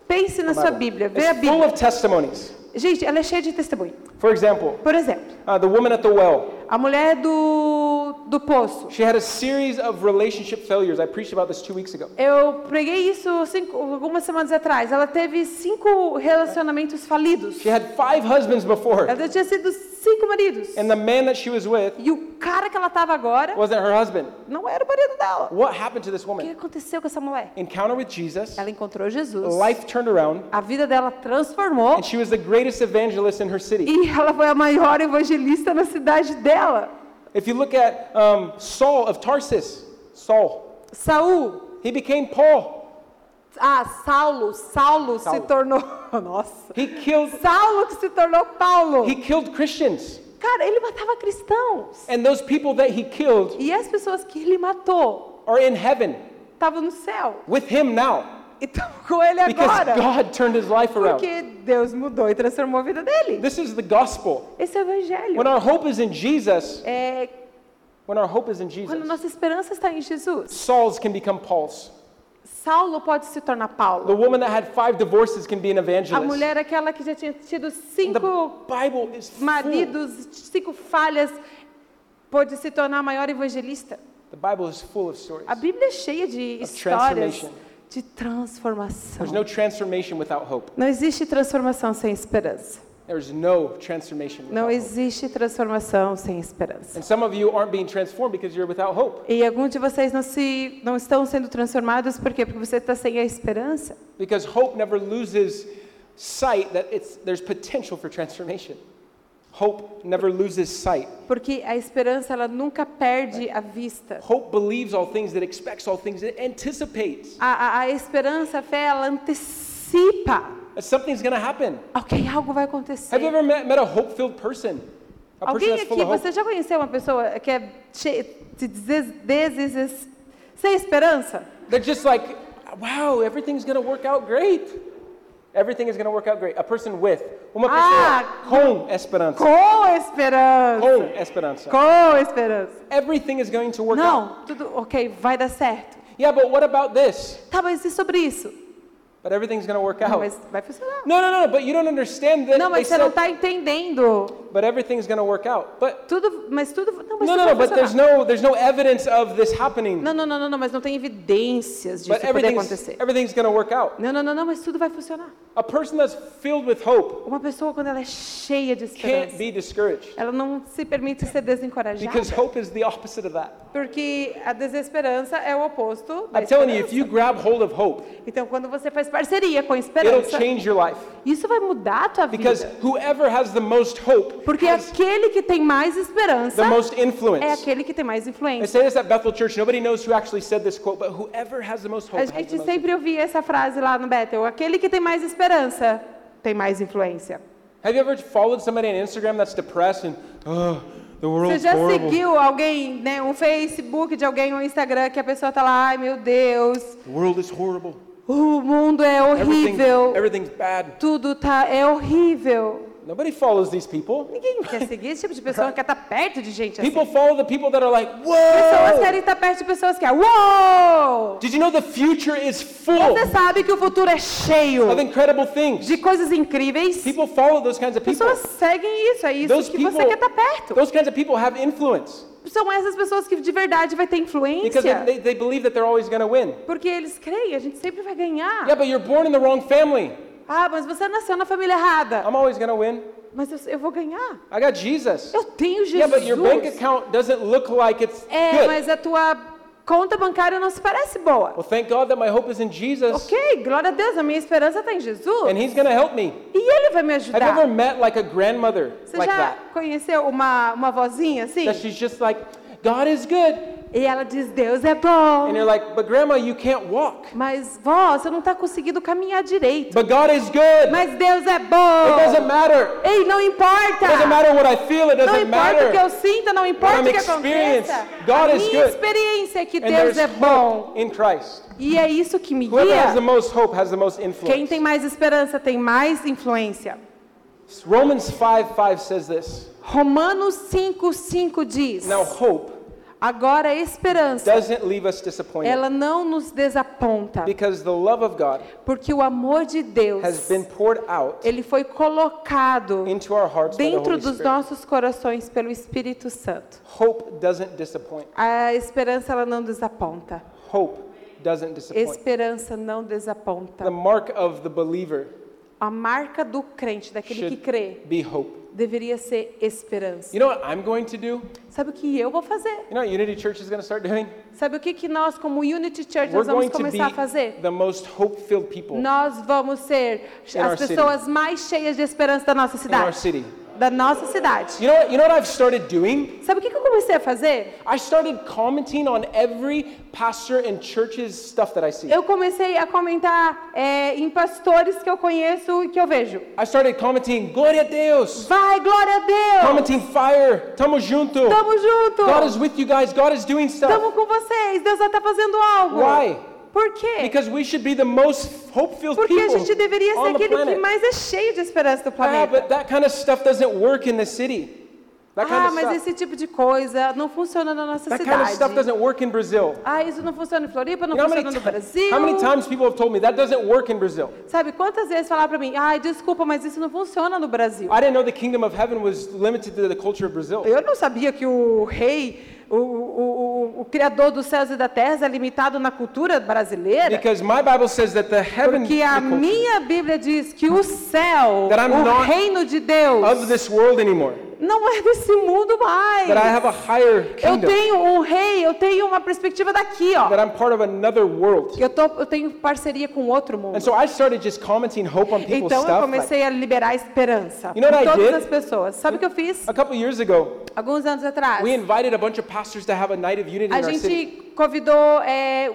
B: Pense na sua
C: Bible.
B: Bíblia, vê a
C: It's full
B: Bíblia.
C: of testimonies.
B: Gente, ela é cheia de testemunho.
C: For example,
B: Por exemplo,
C: uh, the woman at the well.
B: a mulher do, do poço.
C: She had a series of relationship failures. I preached about this two weeks ago.
B: Eu preguei isso cinco- algumas semanas atrás. Ela teve cinco relacionamentos falidos.
C: She had five husbands before,
B: Ela tinha sido cinco maridos.
C: and the man that she was with
B: E o cara que ela estava agora
C: wasn't her husband.
B: não era o marido dela.
C: What happened to this
B: O que
C: woman?
B: aconteceu com essa mulher?
C: Encounter with Jesus,
B: Ela encontrou Jesus.
C: life turned around,
B: A vida dela transformou
C: and she was the greatest evangelist in her city.
B: e ela foi a maior evangelista na cidade dela.
C: If you look at um, Saul of Tarsus, Saul,
B: Saul,
C: he became Paul.
B: ah, Saulo, Saulo,
C: Saulo.
B: se tornou, <laughs> nossa.
C: He killed
B: Saulo que se tornou Paulo.
C: he killed Christians,
B: Cara, ele matava cristãos.
C: and those people that he killed
B: E as pessoas que ele matou
C: are in heaven
B: estavam no céu.
C: with him now
B: E estavam <laughs> com ele
C: because
B: agora.
C: God turned his life around.
B: Porque Deus mudou e transformou a vida dele.
C: This is the gospel.
B: Esse é o evangelho.
C: When our hope is in Jesus,
B: É,
C: when our hope is in
B: quando
C: Jesus,
B: nossa esperança está em Jesus,
C: Saul's can become Paul's.
B: Saulo pode se tornar
C: The
B: Paulo.
C: woman that had five divorces can be an
B: A
C: evangelist.
B: mulher é aquela que já tinha tido
C: The
B: cinco
C: Bible is full.
B: maridos, cinco falhas, pode se tornar a maior evangelista.
C: The Bible is full of stories.
B: A Bíblia é cheia de
C: Of
B: histórias
C: transformation.
B: de transformação.
C: There's no transformation without hope.
B: Não existe transformação sem esperança.
C: There's no transformation without
B: Não
C: hope.
B: existe transformação sem esperança.
C: And some of you aren't being transformed because you're without hope,
B: E alguns de vocês não se não estão sendo transformados por quê? Porque você está sem a esperança.
C: because hope never loses sight that it's, there's potential for transformation. Hope never loses sight.
B: Porque a esperança ela nunca perde a vista.
C: Hope believes all things, it expects all things, it anticipates
B: A, a, a esperança, a fé, ela antecipa.
C: that something's going to happen.
B: Ok, algo vai acontecer.
C: Have you ever met, met a hope filled person? A person
B: Alguém
C: that's full
B: aqui,
C: of hope?
B: você já conheceu uma pessoa que é cheia de deses, deses, sem esperança?
C: They're just like, wow, everything's going to work out great. Everything is going to work out great. A person with, uma pessoa
B: Ah,
C: com esperança.
B: Com esperança.
C: Com esperança.
B: Com esperança.
C: Everything is going to work out.
B: Não, tudo ok, vai dar certo.
C: Yeah, but what about this?
B: Tá, mas e sobre isso?
C: But everything's going to work out.
B: Não, mas vai funcionar.
C: No, no, no, but you don't understand that.
B: Não,
C: they
B: mas você não
C: said-
B: está entendendo.
C: But everything's going to work out. But
B: Tudo, mas tudo, não, mas
C: no, no,
B: tudo vai
C: no, but there's
B: funcionar.
C: no there's no evidence of this happening.
B: Não, não, não, não, não, mas não tem evidências disso
C: but
B: poder
C: everything's,
B: acontecer.
C: everything's going to work out.
B: Não, não, não, não, mas tudo vai funcionar.
C: A person that's filled with hope
B: Uma pessoa, quando ela é cheia de
C: can't
B: esperança,
C: be discouraged
B: ela não se permite ser desencorajada.
C: because hope is the opposite of that.
B: Porque a desesperança é o oposto da
C: I'm telling you, if
B: esperança.
C: you grab hold of hope,
B: Então, quando você faz parceria com a
C: it'll
B: esperança,
C: change your life.
B: isso vai mudar a tua
C: Because
B: vida.
C: whoever has the most hope
B: Porque
C: has
B: aquele que tem mais esperança
C: the most
B: é
C: influence.
B: aquele que tem mais
C: I
B: influência.
C: say this at Bethel Church. Nobody knows who actually said this quote, but whoever has the most hope.
B: A
C: Has the
B: gente
C: most
B: sempre ouvia essa frase lá no Bethel, aquele que tem mais esperança tem mais influência.
C: Have you ever followed somebody on Instagram that's depressed and, oh, the
B: Você
C: world's
B: já
C: horrible.
B: seguiu alguém, né, um Facebook de alguém, um Instagram, que a pessoa tá lá, ai meu Deus,
C: The world is horrible.
B: o mundo é
C: Everything,
B: horrível,
C: everything's bad.
B: tudo tá, é horrível.
C: Nobody follows these people.
B: Ninguém quer seguir esse tipo de pessoa, não quer estar perto de gente assim.
C: People follow the people that are like,
B: Pessoas
C: whoa!
B: querem estar perto de pessoas que é uou!
C: Did you know the future is full
B: Você sabe que o futuro é cheio
C: of incredible things?
B: de coisas incríveis.
C: Tá People follow those kinds of people.
B: Pessoas seguem isso, é
C: Those
B: isso que
C: people,
B: você quer estar perto.
C: those kinds of people have influence
B: São essas pessoas que de verdade vai ter
C: because they,
B: influência.
C: they, they believe that they're always going to win.
B: Porque eles creem, a gente sempre vai
C: Yeah,
B: ganhar.
C: but you're born in the wrong family.
B: Ah, mas você nasceu na família errada.
C: I'm always going to win.
B: Mas eu, eu vou ganhar.
C: I got Jesus.
B: Eu tenho
C: Yeah, but your bank
B: Jesus.
C: account doesn't look like it's
B: É,
C: good.
B: mas a tua conta bancária não se parece boa.
C: Well, thank God that my hope is in Jesus
B: Ok, glória a Deus, a minha esperança está em Jesus.
C: and He's going to help me.
B: E Ele vai me
C: Have you ever
B: ajudar.
C: met like a grandmother
B: Você
C: like
B: já
C: that?
B: conheceu uma, uma vozinha assim?
C: That she's just like, God is good.
B: E ela diz, Deus é
C: And
B: bom.
C: you're like, but grandma, you can't walk.
B: Mas, vó, você não está conseguindo caminhar direito.
C: But God is good. It
B: Mas Deus é
C: doesn't
B: bom.
C: matter.
B: Ei, não importa.
C: It doesn't matter what I feel. It
B: Não
C: doesn't
B: importa o que
C: matter.
B: eu sinta, não importa o
C: What I'm
B: que aconteça.
C: experiencing, God
B: A
C: is
B: minha
C: good.
B: experiência é que
C: And
B: Deus
C: there's
B: é bom.
C: hope in Christ.
B: E é isso que me
C: Whoever has the
B: guia.
C: most hope has the most
B: Quem
C: influence.
B: tem mais esperança tem mais influência.
C: Romans 5 5 says this.
B: Romanos 5,5 diz:
C: Now, hope
B: Agora a esperança,
C: doesn't leave us disappointed
B: ela não nos desaponta,
C: because the love of God
B: porque o amor de Deus,
C: has been poured out
B: ele foi colocado
C: into our hearts by the
B: dentro
C: Holy
B: dos
C: Spirit.
B: nossos corações pelo Espírito Santo.
C: Hope doesn't disappoint.
B: A esperança ela não desaponta.
C: Hope doesn't disappoint.
B: Esperança não
C: The
B: desaponta.
C: mark of the believer
B: A marca do crente, daquele que crê,
C: should be hope.
B: deveria ser esperança.
C: You know what I'm going to do?
B: Sabe o que eu vou fazer?
C: You know what Unity Church is going to start doing?
B: Sabe o que, que nós, como Unity Church,
C: We're
B: nós
C: going
B: vamos
C: to
B: começar a fazer?
C: be the most hope-filled people
B: Nós vamos ser
C: In our
B: as
C: city.
B: pessoas mais cheias de esperança da nossa
C: in our
B: cidade.
C: city.
B: Da nossa cidade.
C: You know what? You know what I've started doing?
B: Sabe o que que eu comecei a fazer?
C: I started commenting on every pastor and church's stuff that I see.
B: Eu comecei a comentar é, em pastores que eu conheço e que eu vejo.
C: I started commenting, Gloria a Deus,
B: Vai, glória a Deus!
C: commenting fire, tamo junto.
B: Tamo
C: God is
B: junto!
C: with you guys. God is doing
B: Tamo
C: stuff.
B: com vocês! Deus está fazendo algo!
C: Why?
B: Por quê?
C: Because we should be the most hope-filled
B: Porque a
C: people
B: gente deveria ser
C: on the
B: aquele que
C: planet.
B: mais é cheio de esperança do
C: Ah,
B: planeta.
C: but that kind of stuff doesn't work in the city. That kind
B: Ah,
C: of
B: mas
C: stuff.
B: esse tipo de coisa não funciona na nossa
C: that kind of stuff
B: cidade.
C: doesn't work in Brazil.
B: Ah, isso não funciona em Floripa, não
C: You know how,
B: funciona
C: many
B: no
C: ti- how many
B: Brasil.
C: times people have told me that doesn't work in Brazil?
B: Sabe quantas vezes falar pra mim, ai, desculpa, mas isso não funciona no Brasil.
C: I didn't know the kingdom of heaven was limited to the culture of Brazil.
B: Eu não sabia que o rei, o, o, o- o, o Criador dos céus e da terra é limitado na cultura brasileira?
C: Because my Bible says that the heaven
B: Porque a minha Bíblia diz que o céu,
C: That I'm
B: o
C: not
B: reino de Deus,
C: of this world anymore.
B: não é desse mundo mais.
C: That I have a higher
B: Eu
C: kingdom.
B: tenho um rei, eu tenho uma perspectiva daqui, ó.
C: That I'm part of another world.
B: Eu, tô, eu tenho parceria com outro mundo.
C: And so I started just commenting hope on people's
B: Então eu
C: stuff. like,
B: comecei a liberar esperança
C: You know what
B: em
C: I
B: todas
C: did?
B: as pessoas. Sabe o que eu fiz?
C: a couple years ago,
B: Alguns anos atrás,
C: we invited a bunch of pastors to have a night of unity
B: a
C: in our city.
B: gente convidou é,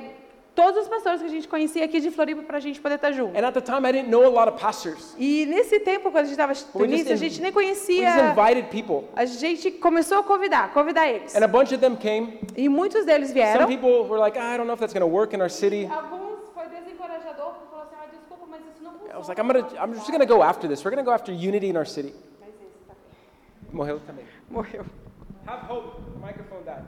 B: todos os pastores que a gente conhecia aqui de Floripa para a gente poder estar junto.
C: And at the time, I didn't know a lot of pastors.
B: E nesse tempo, quando a gente estava no
C: We just
B: início, a
C: in-
B: gente nem
C: We
B: conhecia.
C: just invited people.
B: A gente começou a convidar, convidar eles.
C: And a bunch of them came.
B: E muitos deles
C: Some
B: vieram.
C: people were like, "Ah, I don't know if that's going to work in our city.
B: Alguns foi desencorajador, porque falou assim, ah, desculpa, mas isso não
C: I
B: funciona.
C: was like, I'm, gonna, I'm just going to go after this. We're going to go after unity in our city. Mohel, come in.
B: Morreu.
C: Have hope. Microphone down.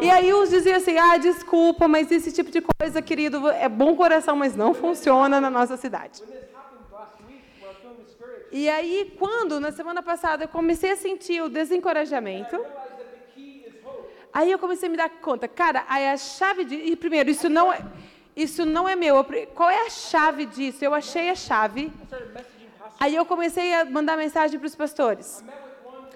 B: E aí uns diziam assim, ah, desculpa, mas esse tipo de coisa, querido, é bom coração, mas não funciona na nossa cidade.
C: When this happened last week, where I was feeling discouraged,
B: E aí, quando, na semana passada, eu comecei a sentir o desencorajamento,
C: I realized that the key is hope.
B: aí eu comecei a me dar conta, cara, aí a chave de... E primeiro, isso não é, isso não é meu. Eu pre- Qual é a chave disso? Eu achei a chave.
C: I started messaging pastors.
B: Aí eu comecei a mandar mensagem para os pastores.
C: I met with one.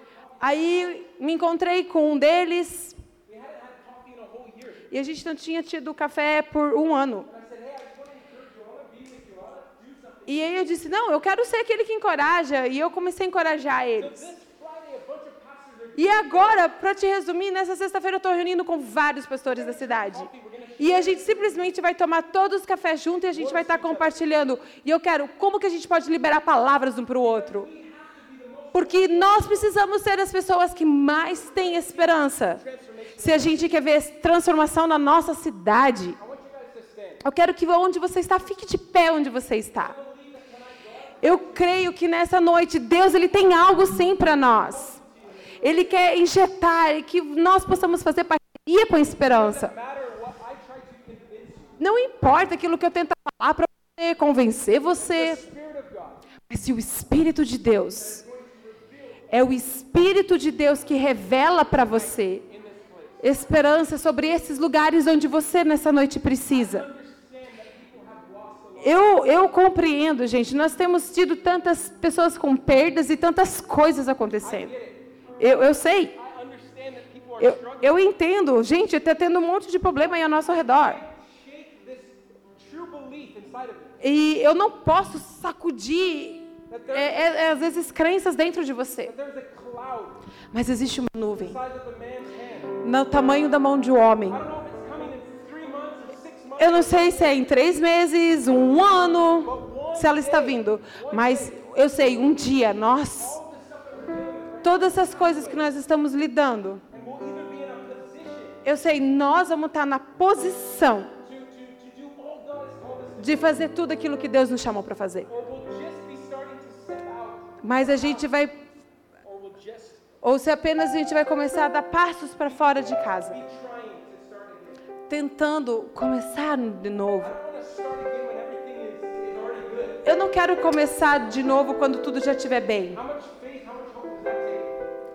B: Aí me encontrei com um deles,
C: We hadn't had coffee in a whole year.
B: e a gente não tinha tido café por um ano.
C: And I said, hey, I just want to encourage you. I want to be with you. I want to do something.
B: E aí eu disse, não, eu quero ser aquele que encoraja. E eu comecei a encorajar eles.
C: This Friday, a bunch of pastors are
B: E agora, para te resumir, nessa sexta-feira eu estou reunindo com vários pastores da cidade. E a gente simplesmente vai tomar todos os cafés juntos e a gente vai estar compartilhando. E eu quero, como que a gente pode liberar palavras um para o outro? Porque nós precisamos ser as pessoas que mais têm esperança. Se a gente quer ver transformação na nossa cidade. Eu quero que onde você está, fique de pé onde você está. Eu creio que nessa noite Deus ele tem algo sim para nós. Ele quer injetar e que nós possamos fazer parceria com a esperança. Não importa aquilo que eu tento falar para você, convencer você, mas se o Espírito de Deus é o Espírito de Deus que revela para você esperança sobre esses lugares onde você nessa noite precisa. Eu, eu compreendo, gente. Nós temos tido tantas pessoas com perdas e tantas coisas acontecendo. Eu, eu sei.
C: I understand that people are
B: Eu, eu entendo. Gente, está tendo um monte de problema aí ao nosso redor.
C: shake this true belief inside of you
B: E eu não posso sacudir, é, é, é, às vezes, crenças dentro de você.
C: that there's a cloud
B: Mas existe uma nuvem
C: the size of a man's hand.
B: no tamanho da mão de um homem.
C: I don't know if it's coming in three months or six months.
B: Eu não sei se é em três meses, um ano, se ela está vindo. Mas eu sei, um dia, nós. Todas essas coisas que nós estamos lidando,
C: And we'll either be in a position
B: eu sei, nós vamos estar na posição
C: to, to, to do all God has called us to
B: de fazer tudo aquilo que Deus nos chamou para fazer.
C: do, or we'll just be starting to step out,
B: Mas a gente vai,
C: or we'll just
B: ou se apenas a gente vai começar a dar passos para fora de casa,
C: be trying to start again.
B: tentando começar de novo.
C: I don't want to start again when everything is, is already good.
B: Eu não quero começar de novo quando tudo já estiver bem.
C: How much faith, how much hope does that take?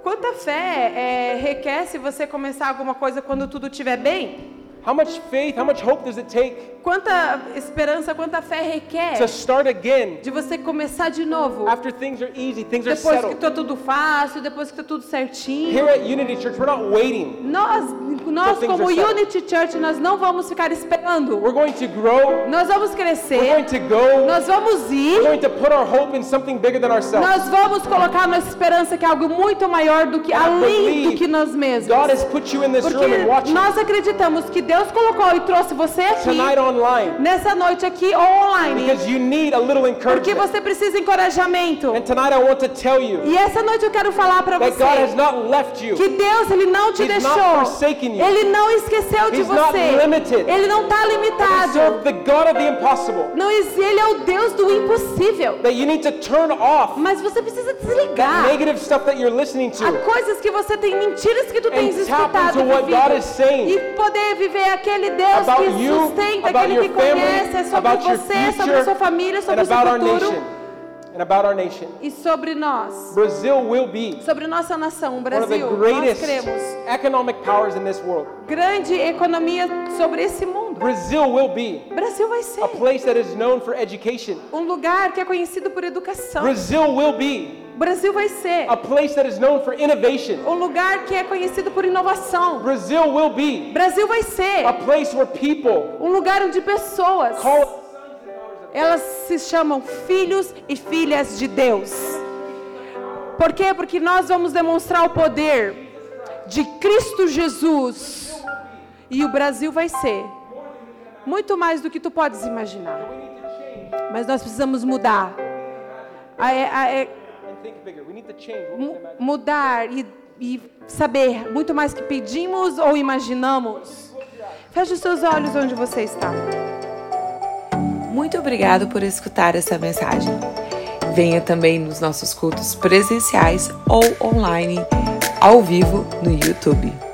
B: Quanta fé é, requer se você começar alguma coisa quando tudo estiver bem?
C: How much faith, how much hope does it take
B: Quanta esperança, quanta fé requer
C: to start again
B: de você começar de novo?
C: after things are easy, things are
B: Depois que
C: settled?
B: está tudo fácil, depois que está tudo certinho.
C: Here at Unity Church, we're not waiting.
B: Nós, nós
C: things
B: como
C: are settled.
B: Unity Church, nós não vamos ficar esperando.
C: We're going to grow.
B: Nós vamos
C: We're
B: crescer,
C: going to go.
B: nós vamos
C: We're
B: ir,
C: going to put our hope in something bigger than ourselves.
B: nós vamos colocar nossa esperança que é algo muito maior do que além do que nós mesmos.
C: God has put you in this room and
B: Porque
C: watching
B: nós acreditamos que Deus colocou e trouxe você aqui.
C: tonight online
B: nessa noite aqui ou online,
C: because you need a little
B: porque
C: encouragement.
B: você precisa de encorajamento.
C: And tonight I want to tell you
B: E essa noite eu quero falar para
C: that God has
B: você
C: not left you.
B: que Deus ele não te
C: He's not
B: deixou.
C: forsaken you.
B: Ele não esqueceu de
C: He's not
B: você.
C: limited.
B: Ele não está
C: We
B: limitado.
C: serve the God of the impossible.
B: Não ex- ele é o Deus do impossível.
C: That you need to turn off
B: Mas você precisa desligar
C: negative stuff that you're listening
B: Há
C: to.
B: coisas que você tem mentiras que tu tens
C: tap
B: escutado
C: into what
B: vivido.
C: God is saying.
B: e poder viver aquele Deus
C: About
B: que
C: you,
B: sustenta,
C: about
B: aquele
C: your
B: que
C: family,
B: conhece, é sobre
C: about your
B: você, sobre
C: future,
B: a sua família, sobre
C: and
B: o seu
C: about our
B: futuro.
C: nation. and about our nation.
B: e sobre nós,
C: Brazil will be
B: sobre nossa nação, o
C: one of the
B: Brasil. Nós
C: greatest
B: cremos
C: economic powers in this world.
B: grande economia sobre esse mundo.
C: Brazil will be
B: Brasil vai ser
C: a place that is known for education.
B: um lugar que é conhecido por educação.
C: Brazil will be
B: Brasil vai ser
C: a place that is known for innovation.
B: um lugar que é conhecido por inovação.
C: Brazil will be
B: Brasil vai ser
C: a place where people
B: um lugar onde pessoas
C: call
B: elas se chamam filhos e filhas de Deus. Por quê? Porque nós vamos demonstrar o poder de Cristo Jesus. E o Brasil vai ser muito mais do que tu podes imaginar. Mas nós precisamos mudar. A- é, a- a-
C: and think bigger. We need to change. what we
B: mu-
C: can imagine.
B: mudar e, e saber muito mais que pedimos ou imaginamos. Feche os seus olhos onde você está.
A: Muito obrigado por escutar essa mensagem. Venha também nos nossos cultos presenciais ou online, ao vivo no YouTube.